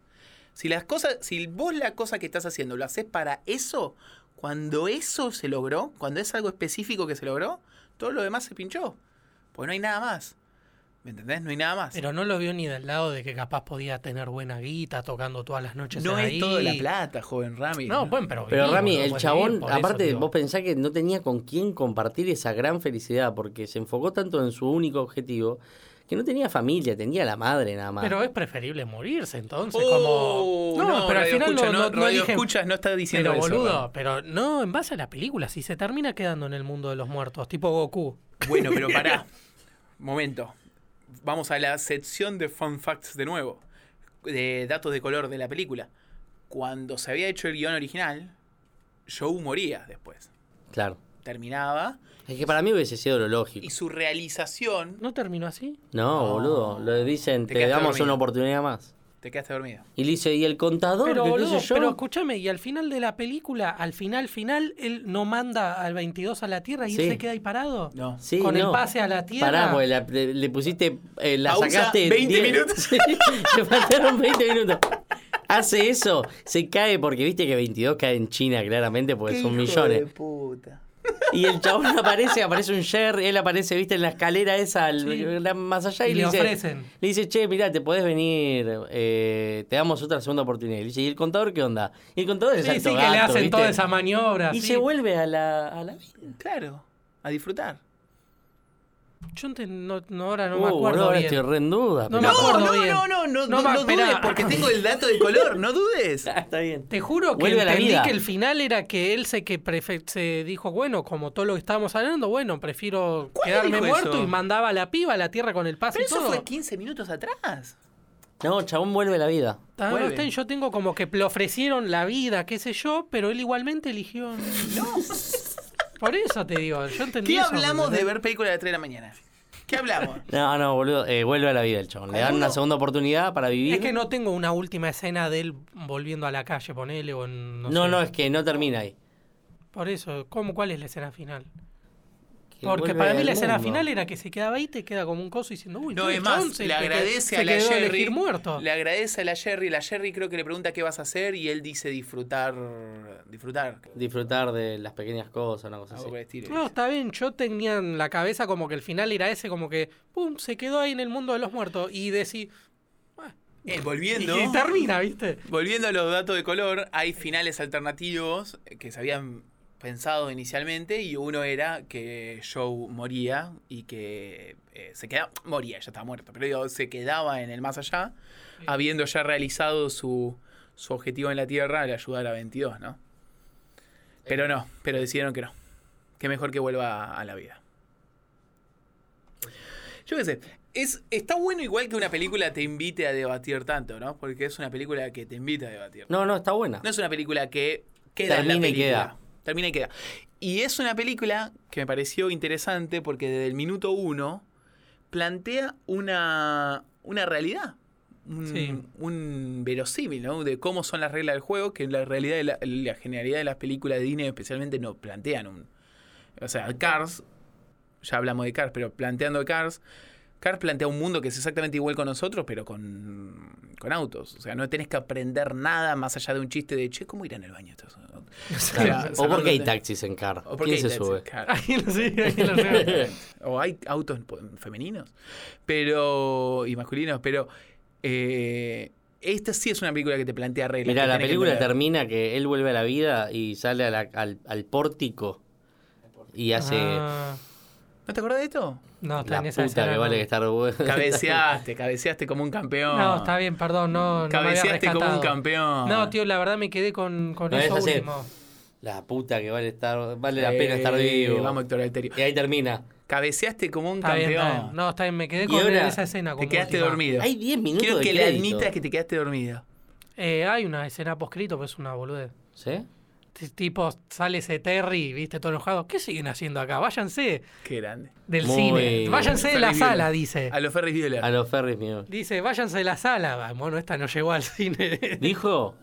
[SPEAKER 1] Si las cosas, si vos la cosa que estás haciendo lo haces para eso, cuando eso se logró, cuando es algo específico que se logró, todo lo demás se pinchó. Pues no hay nada más. ¿Me entendés? No hay nada más.
[SPEAKER 2] Pero no lo vio ni del lado de que capaz podía tener buena guita tocando todas las noches.
[SPEAKER 1] no
[SPEAKER 2] ahí.
[SPEAKER 1] es todo la plata, joven Rami.
[SPEAKER 2] No, bueno, pero.
[SPEAKER 3] Pero
[SPEAKER 2] viví,
[SPEAKER 3] Rami,
[SPEAKER 2] boludo,
[SPEAKER 3] el
[SPEAKER 2] puedes
[SPEAKER 3] chabón,
[SPEAKER 2] vivir por eso,
[SPEAKER 3] aparte,
[SPEAKER 2] digo.
[SPEAKER 3] vos pensás que no tenía con quién compartir esa gran felicidad porque se enfocó tanto en su único objetivo que no tenía familia, tenía la madre nada más.
[SPEAKER 2] Pero es preferible morirse entonces.
[SPEAKER 1] Oh,
[SPEAKER 2] como... No, pero al
[SPEAKER 1] radio
[SPEAKER 2] final
[SPEAKER 1] escucha,
[SPEAKER 2] no, no, no
[SPEAKER 1] radio
[SPEAKER 2] eligen-
[SPEAKER 1] escuchas no está diciendo
[SPEAKER 2] Pero
[SPEAKER 1] eso,
[SPEAKER 2] boludo,
[SPEAKER 1] Rami.
[SPEAKER 2] pero no en base a la película. Si se termina quedando en el mundo de los muertos, tipo Goku.
[SPEAKER 1] Bueno, pero pará. Momento. Vamos a la sección de fun facts de nuevo. De datos de color de la película. Cuando se había hecho el guión original, Joe moría después.
[SPEAKER 3] Claro.
[SPEAKER 1] Terminaba.
[SPEAKER 3] Es que para mí hubiese sido lo lógico.
[SPEAKER 1] Y su realización.
[SPEAKER 2] ¿No terminó así?
[SPEAKER 3] No,
[SPEAKER 1] No.
[SPEAKER 3] boludo, lo dicen,
[SPEAKER 1] Te
[SPEAKER 3] te,
[SPEAKER 1] quedaste
[SPEAKER 3] damos
[SPEAKER 1] dormido.
[SPEAKER 3] una oportunidad más.
[SPEAKER 1] Te quedaste dormido.
[SPEAKER 3] Y le dice, ¿y el contador?
[SPEAKER 2] Pero,
[SPEAKER 3] que qué
[SPEAKER 2] boludo,
[SPEAKER 3] sé yo?
[SPEAKER 2] pero escúchame, y al final de la película, al final, final, él no manda al 22 a la Tierra y
[SPEAKER 3] Sí.
[SPEAKER 2] él se queda ahí parado.
[SPEAKER 1] No.
[SPEAKER 3] Sí,
[SPEAKER 2] con el
[SPEAKER 3] no.
[SPEAKER 2] pase a la Tierra.
[SPEAKER 3] Pará, porque la- le, le pusiste, eh, la
[SPEAKER 1] Pausa,
[SPEAKER 3] sacaste...
[SPEAKER 1] 20
[SPEAKER 3] diez-
[SPEAKER 1] minutos.
[SPEAKER 3] Sí, le faltaron 20 minutos. Hace eso, se cae porque viste que 22 cae en China claramente porque son millones. Y el chabón aparece, aparece un Jerry, él aparece, viste, en la escalera esa, al-
[SPEAKER 2] Sí.
[SPEAKER 3] la- más allá, y,
[SPEAKER 2] Y
[SPEAKER 3] le,
[SPEAKER 2] le
[SPEAKER 3] dice,
[SPEAKER 2] ofrecen.
[SPEAKER 3] Le dice, che, mirá, te podés venir, eh, te damos otra segunda oportunidad. Y le dice, ¿y el contador qué onda? Y el contador es
[SPEAKER 2] Sí,
[SPEAKER 3] alto
[SPEAKER 2] sí, que le
[SPEAKER 3] gato,
[SPEAKER 2] hacen
[SPEAKER 3] ¿viste?
[SPEAKER 2] toda esa maniobra.
[SPEAKER 3] Y
[SPEAKER 2] sí.
[SPEAKER 3] se vuelve a la, a la vida.
[SPEAKER 1] Claro. A disfrutar.
[SPEAKER 2] Yo ente- no, no, ahora no
[SPEAKER 3] Uh,
[SPEAKER 2] me
[SPEAKER 3] boludo,
[SPEAKER 2] acuerdo
[SPEAKER 3] ahora
[SPEAKER 2] bien.
[SPEAKER 3] estoy re en duda.
[SPEAKER 2] No
[SPEAKER 3] pero-
[SPEAKER 2] me acuerdo. bien.
[SPEAKER 1] no, no, no, no,
[SPEAKER 2] No, ma,
[SPEAKER 1] no dudes,
[SPEAKER 2] esperá.
[SPEAKER 1] porque tengo el dato de color, no dudes.
[SPEAKER 3] Ah, Está bien.
[SPEAKER 2] Te juro que
[SPEAKER 3] Vuelve a la
[SPEAKER 2] entendí
[SPEAKER 3] vida.
[SPEAKER 2] que el final era que él se que prefe- se dijo, bueno, como todo lo que estábamos hablando, bueno, prefiero
[SPEAKER 1] ¿Cuándo
[SPEAKER 2] quedarme
[SPEAKER 1] dijo
[SPEAKER 2] muerto
[SPEAKER 1] eso?
[SPEAKER 2] y mandaba a la piba a la tierra con el pase
[SPEAKER 1] Pero
[SPEAKER 2] y todo.
[SPEAKER 1] eso fue 15 minutos atrás.
[SPEAKER 3] No, chabón vuelve a la vida.
[SPEAKER 2] Tan-
[SPEAKER 1] Vuelve.
[SPEAKER 2] Einstein, yo tengo como que le ofrecieron la vida, qué sé yo, pero él igualmente eligió. No. Por eso te digo, yo entendí.
[SPEAKER 1] ¿Qué
[SPEAKER 2] eso,
[SPEAKER 1] hablamos
[SPEAKER 2] ¿me
[SPEAKER 1] de
[SPEAKER 2] entendés?
[SPEAKER 1] ver película de 3 de la mañana? ¿Qué hablamos?
[SPEAKER 3] No, no, boludo, eh, vuelve a la vida el chabón. Le dan una
[SPEAKER 1] ¿Seguro?
[SPEAKER 3] segunda oportunidad para vivir.
[SPEAKER 2] Es que no tengo una última escena de él volviendo a la calle, ponele, o en-
[SPEAKER 3] No,
[SPEAKER 2] no,
[SPEAKER 3] no,
[SPEAKER 2] sé.
[SPEAKER 3] es que no termina ahí.
[SPEAKER 2] Por eso, ¿cómo, ¿cuál es la escena final?
[SPEAKER 3] Que
[SPEAKER 2] Porque
[SPEAKER 3] vuelve
[SPEAKER 2] para mí
[SPEAKER 3] al
[SPEAKER 2] la escena
[SPEAKER 3] mundo.
[SPEAKER 2] final era que se quedaba ahí y te queda como un coso diciendo, uy,
[SPEAKER 1] No,
[SPEAKER 2] todo
[SPEAKER 1] es
[SPEAKER 2] el chabón
[SPEAKER 1] más,
[SPEAKER 2] se-
[SPEAKER 1] le
[SPEAKER 2] se-
[SPEAKER 1] agradece
[SPEAKER 2] se
[SPEAKER 1] a la
[SPEAKER 2] quedó a
[SPEAKER 1] Jerry.
[SPEAKER 2] elegir muerto.
[SPEAKER 1] Le agradece a la Jerry. La Jerry creo que le pregunta qué vas a hacer y él dice disfrutar. Disfrutar.
[SPEAKER 3] Disfrutar de las pequeñas cosas, una cosa
[SPEAKER 1] Algo
[SPEAKER 3] así.
[SPEAKER 1] por el estilo.
[SPEAKER 2] Ah, No, está bien, yo tenía en la cabeza como que el final era ese, como que, pum, se quedó ahí en el mundo de los muertos y decí,
[SPEAKER 1] Eh, volviendo.
[SPEAKER 2] y termina, ¿viste?
[SPEAKER 1] Volviendo a los datos de color, hay finales alternativos que se habían pensado inicialmente y uno era que Joe moría y que eh, se quedaba, moría, ya estaba muerto, pero digo, se quedaba en el más allá, habiendo ya realizado su, su objetivo en la Tierra al ayudar a 22, ¿no? Pero no, pero decidieron que no, que mejor que vuelva a, a la vida. Yo qué sé, es, está bueno igual que una película te invite a debatir tanto, ¿no? Porque es una película que te invita a debatir.
[SPEAKER 3] No, no, está buena.
[SPEAKER 1] No es una película que queda en la
[SPEAKER 3] Termina y
[SPEAKER 1] película.
[SPEAKER 3] queda.
[SPEAKER 1] Termina y queda. Y es una película que me pareció interesante porque desde el minuto uno plantea una, una realidad. un,
[SPEAKER 2] Sí.
[SPEAKER 1] un verosímil, ¿no? De cómo son las reglas del juego, que la realidad, de la, la generalidad de las películas de Disney especialmente no plantean un... O sea, Cars, ya hablamos de Cars, pero planteando Cars, Cars plantea un mundo que es exactamente igual con nosotros, pero con, con autos. O sea, no tenés que aprender nada más allá de un chiste de, che, ¿cómo irán al baño estos autos?
[SPEAKER 3] Claro.
[SPEAKER 1] Claro,
[SPEAKER 3] ¿O por qué hay
[SPEAKER 1] sacándote-
[SPEAKER 3] taxis en car?
[SPEAKER 1] ¿O por qué
[SPEAKER 3] ¿Quién se
[SPEAKER 1] hay taxis?
[SPEAKER 3] sube?
[SPEAKER 1] Claro.
[SPEAKER 2] Alguien lo sigue, alguien lo sigue.
[SPEAKER 1] o hay autos po- femeninos pero y masculinos pero eh, esta sí es una película que te plantea reglas
[SPEAKER 3] Mira,
[SPEAKER 1] que
[SPEAKER 3] la
[SPEAKER 1] tenés que
[SPEAKER 3] película
[SPEAKER 1] entender.
[SPEAKER 3] termina que él vuelve a la vida y sale a la- al, al pórtico y hace
[SPEAKER 2] Ah,
[SPEAKER 1] ¿no te acordás de esto?
[SPEAKER 2] no, está
[SPEAKER 3] la
[SPEAKER 2] en esa
[SPEAKER 3] puta
[SPEAKER 2] escena,
[SPEAKER 3] que
[SPEAKER 2] no.
[SPEAKER 3] vale que estar
[SPEAKER 1] cabeceaste cabeceaste como un campeón
[SPEAKER 2] No, está bien, perdón, no, no me había
[SPEAKER 1] cabeceaste como un
[SPEAKER 2] rescatado.
[SPEAKER 1] campeón
[SPEAKER 2] No, tío, la verdad me quedé con, con
[SPEAKER 3] No,
[SPEAKER 2] eso
[SPEAKER 3] es así.
[SPEAKER 2] último.
[SPEAKER 3] La puta que vale estar, vale la
[SPEAKER 1] Eh,
[SPEAKER 3] pena estar vivo.
[SPEAKER 1] vamos Héctor Alterio
[SPEAKER 3] Y ahí termina.
[SPEAKER 1] cabeceaste como un
[SPEAKER 2] Está bien,
[SPEAKER 1] campeón
[SPEAKER 2] está bien. No, está bien, me quedé
[SPEAKER 3] Y
[SPEAKER 2] con
[SPEAKER 3] ahora
[SPEAKER 2] esa escena.
[SPEAKER 1] te
[SPEAKER 2] como
[SPEAKER 1] quedaste
[SPEAKER 2] última.
[SPEAKER 1] dormido
[SPEAKER 3] Hay 10 minutos
[SPEAKER 1] quiero
[SPEAKER 3] de
[SPEAKER 1] que le
[SPEAKER 3] crédito.
[SPEAKER 1] admitas que te quedaste dormido
[SPEAKER 2] Eh, hay una escena poscrito, pero es una boludez.
[SPEAKER 3] ¿Sí?
[SPEAKER 2] T- Tipo, sale ese Terry, viste, todo enojado. ¿Qué siguen haciendo acá? Váyanse
[SPEAKER 1] qué grande
[SPEAKER 2] del
[SPEAKER 3] Muy-
[SPEAKER 2] cine. Váyanse de la
[SPEAKER 1] Salí bien.
[SPEAKER 2] sala, dice.
[SPEAKER 1] a los Ferris Bueller
[SPEAKER 3] A los ferries míos.
[SPEAKER 2] Dice, váyanse de la sala. Va, Bueno, esta no llegó al cine.
[SPEAKER 3] Dijo,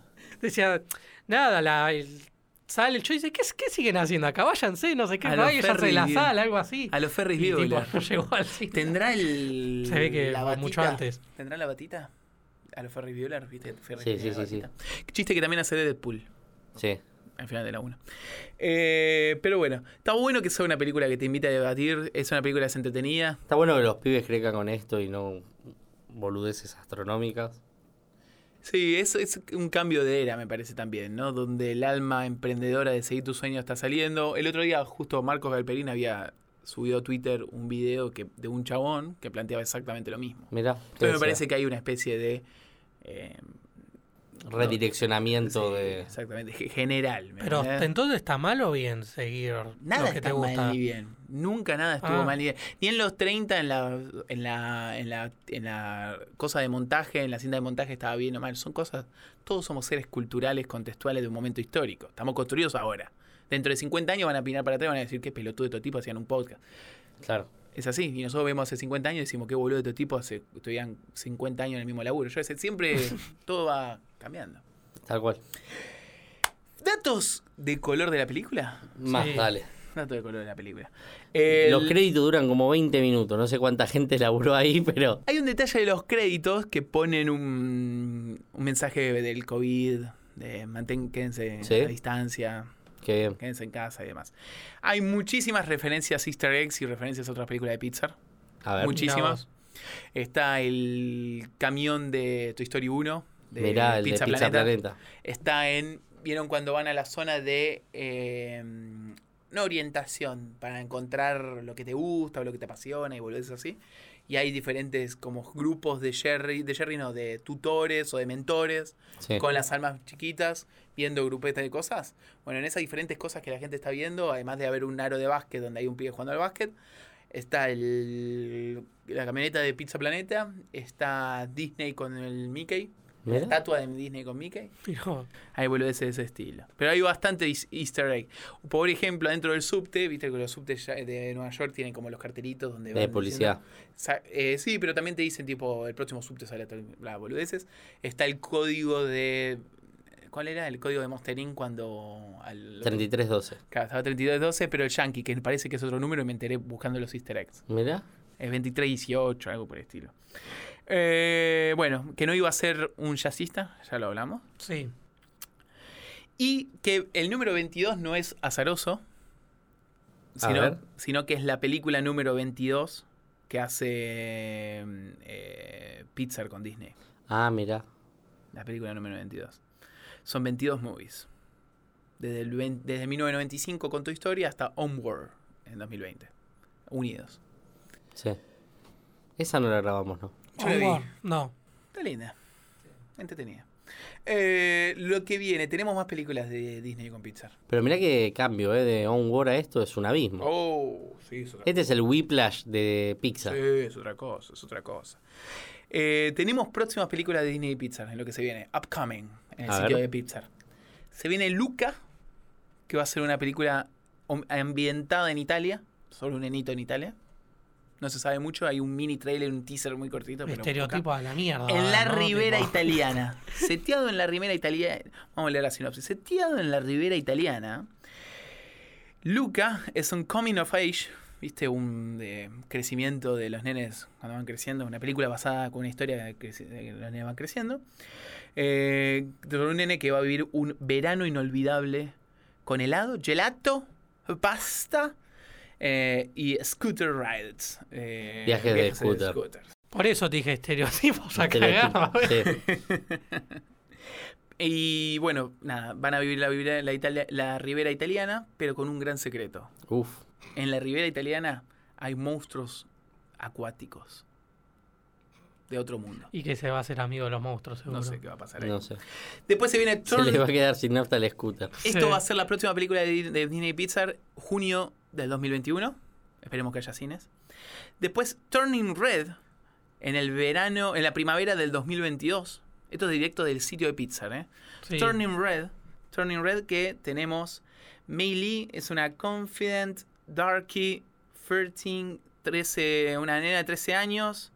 [SPEAKER 2] Decía, nada, la, el- sale el show y dice, ¿qué, qué siguen haciendo acá? Váyanse, no sé qué,
[SPEAKER 1] A los
[SPEAKER 2] váyanse de la
[SPEAKER 1] Ferris Bueller.
[SPEAKER 2] sala, algo así.
[SPEAKER 1] a los Ferris
[SPEAKER 2] Y, tipo,
[SPEAKER 1] Bueller
[SPEAKER 2] no llegó al cine.
[SPEAKER 1] ¿Tendrá el.
[SPEAKER 2] Se ve que
[SPEAKER 1] la
[SPEAKER 2] fue mucho
[SPEAKER 1] batita?
[SPEAKER 2] antes.
[SPEAKER 1] ¿Tendrá la batita? Ah, A los Ferry Violar, ¿viste? Ferris
[SPEAKER 3] Sí,
[SPEAKER 1] tiene
[SPEAKER 3] sí,
[SPEAKER 1] la
[SPEAKER 3] sí, sí.
[SPEAKER 1] batita. Chiste que también hace Deadpool
[SPEAKER 3] sí.
[SPEAKER 1] al final de la 1. pero bueno, está bueno que sea una película que te invita a debatir. Es una película que es entretenida.
[SPEAKER 3] Está bueno que los pibes crezcan con esto y no boludeces astronómicas.
[SPEAKER 1] Sí, es, es un cambio de era, me parece también, ¿no? Donde el alma emprendedora de seguir tu sueño está saliendo. El otro día, justo Marcos Galperín había subido a Twitter un video que, de un chabón que planteaba exactamente lo mismo.
[SPEAKER 3] Mirá.
[SPEAKER 1] Entonces
[SPEAKER 3] decía,
[SPEAKER 1] me parece que hay una especie de. eh, Sí,
[SPEAKER 3] Redireccionamiento de.
[SPEAKER 1] Exactamente, ge- general. ¿me
[SPEAKER 2] Pero
[SPEAKER 1] entendés?
[SPEAKER 2] entonces está mal o bien seguir
[SPEAKER 1] nada
[SPEAKER 2] lo que
[SPEAKER 1] está
[SPEAKER 2] te gusta.
[SPEAKER 1] mal ni bien. Nunca nada estuvo
[SPEAKER 2] Ah.
[SPEAKER 1] mal ni bien. Ni en los 30, en la, en la, en la, en la cosa de montaje, en la cinta de montaje estaba bien o mal. Son cosas. Todos somos seres culturales, contextuales de un momento histórico. Estamos construidos ahora. Dentro de 50 años van a opinar para atrás y van a decir qué pelotudo estos tipos hacían un podcast.
[SPEAKER 3] Claro.
[SPEAKER 1] Es así. Y nosotros vemos hace 50 años y decimos qué boludo estos tipos hace, estuvieran 50 años en el mismo laburo. Yo sé, siempre todo va cambiando.
[SPEAKER 3] Tal cual.
[SPEAKER 1] ¿Datos de color de la película?
[SPEAKER 3] Más,
[SPEAKER 2] Sí.
[SPEAKER 3] dale.
[SPEAKER 1] Dato de color de la película.
[SPEAKER 3] Los
[SPEAKER 1] El-
[SPEAKER 3] créditos duran como 20 minutos. No sé cuánta gente laburó ahí, pero.
[SPEAKER 1] Hay un detalle de los créditos que ponen un, un mensaje del COVID, de mantén, quédense
[SPEAKER 3] Sí.
[SPEAKER 1] a distancia,
[SPEAKER 3] Qué bien.
[SPEAKER 1] quédense en casa y demás. Hay muchísimas referencias a Easter eggs y referencias a otras películas de Pixar.
[SPEAKER 3] A ver.
[SPEAKER 2] Muchi-
[SPEAKER 1] Muchísimas. Está el camión de Toy Story 1, de
[SPEAKER 3] Mirá, el
[SPEAKER 1] eh, Pizza
[SPEAKER 3] de Pizza
[SPEAKER 1] Planeta.
[SPEAKER 3] Planeta.
[SPEAKER 1] Está en. ¿Vieron cuando van a la zona de. eh, una orientación para encontrar lo que te gusta o lo que te apasiona y volvés así? Y hay diferentes como grupos de Jerry, de Jerry no, de tutores o de mentores
[SPEAKER 3] Sí.
[SPEAKER 1] con las almas chiquitas viendo grupetas de cosas. Bueno, en esas diferentes cosas que la gente está viendo, además de haber un aro de básquet donde hay un pibe jugando al básquet, está el, la camioneta de Pizza Planeta, está Disney con el Mickey,
[SPEAKER 3] Mirá.
[SPEAKER 1] estatua de Disney con Mickey.
[SPEAKER 2] Hijo,
[SPEAKER 1] Hay boludeces de ese estilo. Pero hay bastante is- easter egg. Por ejemplo, dentro del subte, viste que los subtes ya- de Nueva York tienen como los carteritos donde
[SPEAKER 3] De
[SPEAKER 1] van
[SPEAKER 3] publicidad.
[SPEAKER 1] diciendo- Sa- eh, sí, pero también te dicen tipo, el próximo subte sale a tal- bla, boludeces. Está el código de... ¿Cuál era? El código de Monster Inc. cuando... Al,
[SPEAKER 3] 3312.
[SPEAKER 1] Claro, estaba 3212, pero el Yankee, que parece que es otro número, y me enteré buscando los easter eggs.
[SPEAKER 3] Mirá.
[SPEAKER 1] Es 2318, algo por el estilo. Eh, bueno, que no iba a ser un jazzista, ya lo hablamos.
[SPEAKER 2] sí.
[SPEAKER 1] Y que el número 22 no es azaroso,
[SPEAKER 3] A ver.
[SPEAKER 1] sino, sino que es la película número 22 que hace eh, Pixar con Disney.
[SPEAKER 3] Ah, mirá.
[SPEAKER 1] La película número 22. Son 22 movies. Desde, el vein- desde 1995 con tu historia hasta Onward en 2020. Unidos.
[SPEAKER 3] Sí. Esa no la grabamos, ¿no?
[SPEAKER 1] Yo la vi.
[SPEAKER 2] Onward, No.
[SPEAKER 1] Está linda. Entretenida. Eh, lo que viene, tenemos más películas de Disney con Pixar.
[SPEAKER 3] Pero mirá que cambio, ¿eh? De Onward a esto es un abismo.
[SPEAKER 1] Oh, sí, es otra
[SPEAKER 3] Este es el Whiplash de Pixar.
[SPEAKER 1] Sí, es otra cosa, es otra cosa. Eh, tenemos próximas películas de Disney y Pixar en lo que se viene. Upcoming, en el
[SPEAKER 3] A
[SPEAKER 1] sitio
[SPEAKER 3] ver.
[SPEAKER 1] de Pixar. Se viene Luca, que va a ser una película om- ambientada en Italia, sobre un nenito en Italia. No se sabe mucho, hay un mini trailer, un teaser muy cortito. Pero
[SPEAKER 2] Estereotipo a la mierda.
[SPEAKER 1] En la
[SPEAKER 2] ¿no?
[SPEAKER 1] ribera
[SPEAKER 2] Tipo,
[SPEAKER 1] italiana. Seteado en la ribera italiana. Vamos a leer la sinopsis. Seteado en la ribera italiana. Luca es un coming of age. ¿Viste? Un de crecimiento de los nenes cuando van creciendo. Una película basada con una historia de creci- de que los nenes van creciendo. Eh, de un nene que va a vivir un verano inolvidable con helado, gelato, pasta eh, y scooter rides. Eh,
[SPEAKER 3] Viajes de
[SPEAKER 1] viajes
[SPEAKER 3] scooter.
[SPEAKER 2] Por eso te dije estereotipos a
[SPEAKER 3] Estereotipo,
[SPEAKER 2] cagar. ¿no?
[SPEAKER 3] Este sí.
[SPEAKER 1] Y bueno, nada, van a vivir la, vibra- la, Italia- la ribera italiana, pero con un gran secreto.
[SPEAKER 3] Uf.
[SPEAKER 1] En la ribera italiana hay monstruos acuáticos de otro mundo.
[SPEAKER 2] Y que se va a hacer amigo de los monstruos, seguro.
[SPEAKER 1] No sé qué va a pasar ahí.
[SPEAKER 3] No sé.
[SPEAKER 1] Después se viene
[SPEAKER 3] Se le va a
[SPEAKER 1] Turn.
[SPEAKER 3] quedar sin nafta el scooter.
[SPEAKER 1] Esto
[SPEAKER 2] Sí.
[SPEAKER 1] va a ser la próxima película de, Di- de Disney Pixar, junio del 2021. Esperemos que haya cines. Después Turning Red, en el verano, en la primavera del 2022. Esto es directo del sitio de Pixar, ¿eh?
[SPEAKER 2] Sí.
[SPEAKER 1] Turning Red. Turning Red que tenemos. Mei Lee es una confident, darky, 13, 13, una nena de 13 años.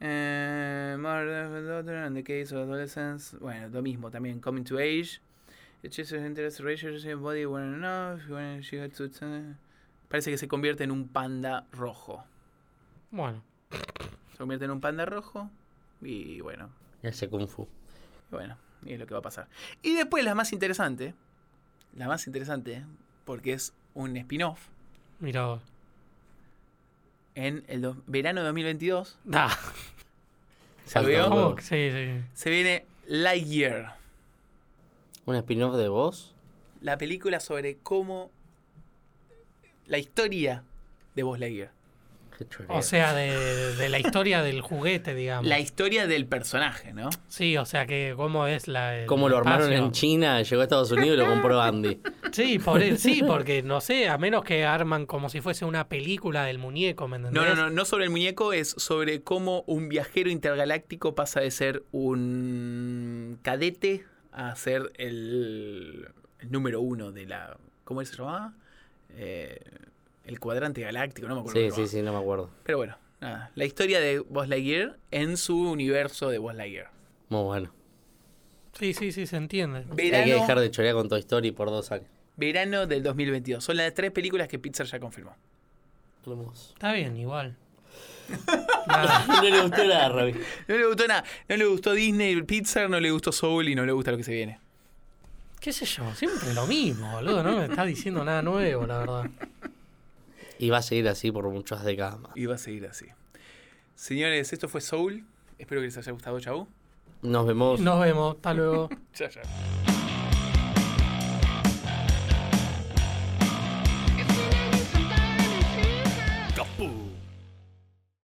[SPEAKER 1] Eh, mother of a daughter and the case of adolescence. Bueno, lo mismo también, coming to age. It just interest ratios in body when enough, when she had to... Parece que se convierte en un panda rojo.
[SPEAKER 2] Bueno,
[SPEAKER 1] Se convierte en un panda rojo y bueno,
[SPEAKER 3] Ya se Kung Fu.
[SPEAKER 1] Y bueno, y es lo que va a pasar. Y después la más interesante, la más interesante, porque es un spin-off,
[SPEAKER 2] mira vos.
[SPEAKER 1] en el do- verano de 2022
[SPEAKER 2] Da.
[SPEAKER 1] ¿Se lo
[SPEAKER 3] Salta
[SPEAKER 1] vio?
[SPEAKER 3] un huevo.
[SPEAKER 2] ¿Cómo? Sí, sí.
[SPEAKER 1] se viene Lightyear,
[SPEAKER 3] ¿Un spin-off de vos?
[SPEAKER 1] la película sobre cómo la historia de Buzz Lightyear,
[SPEAKER 3] Qué choreo.
[SPEAKER 2] O sea, de, de la historia del juguete, digamos.
[SPEAKER 1] la historia del personaje, ¿no?
[SPEAKER 2] Sí, o sea, que cómo es la. el
[SPEAKER 3] Como lo armaron
[SPEAKER 2] espacio.
[SPEAKER 3] en China, llegó a Estados Unidos y lo compró Andy.
[SPEAKER 2] Sí, por el- sí, porque no sé, a menos que arman como si fuese una película del muñeco, ¿me entendés?
[SPEAKER 1] No, no, no, no sobre el muñeco, es sobre cómo un viajero intergaláctico pasa de ser un cadete a ser el, el número uno de la. ¿Cómo se llamaba? Eh, el cuadrante galáctico, no me acuerdo.
[SPEAKER 3] Sí,
[SPEAKER 1] cómo se
[SPEAKER 3] sí,
[SPEAKER 1] llamaba.
[SPEAKER 3] sí, no me acuerdo.
[SPEAKER 1] Pero bueno, nada. La historia de Buzz Lightyear en su universo de Buzz Lightyear.
[SPEAKER 3] Muy bueno.
[SPEAKER 2] Sí, sí, sí, se entiende.
[SPEAKER 3] Hay que dejar
[SPEAKER 1] Verano,
[SPEAKER 3] de chorear con Toy Story por dos años.
[SPEAKER 1] verano del 2022. Son las tres películas que Pixar ya confirmó.
[SPEAKER 3] Hermoso.
[SPEAKER 2] Está bien, igual. Nada.
[SPEAKER 3] No le gustó nada, Robbie.
[SPEAKER 1] No le gustó nada. No le gustó Disney, Pixar, no le gustó Soul y no le gusta lo que se viene.
[SPEAKER 2] ¿Qué sé yo? Siempre lo mismo, boludo. No me está diciendo nada nuevo, la verdad.
[SPEAKER 3] Y va a seguir así por muchas décadas más.
[SPEAKER 1] Y va a seguir así. Señores, esto fue Soul. Espero que les haya gustado. Chau.
[SPEAKER 3] Nos vemos.
[SPEAKER 2] Nos vemos. Hasta luego.
[SPEAKER 1] Chao, chao.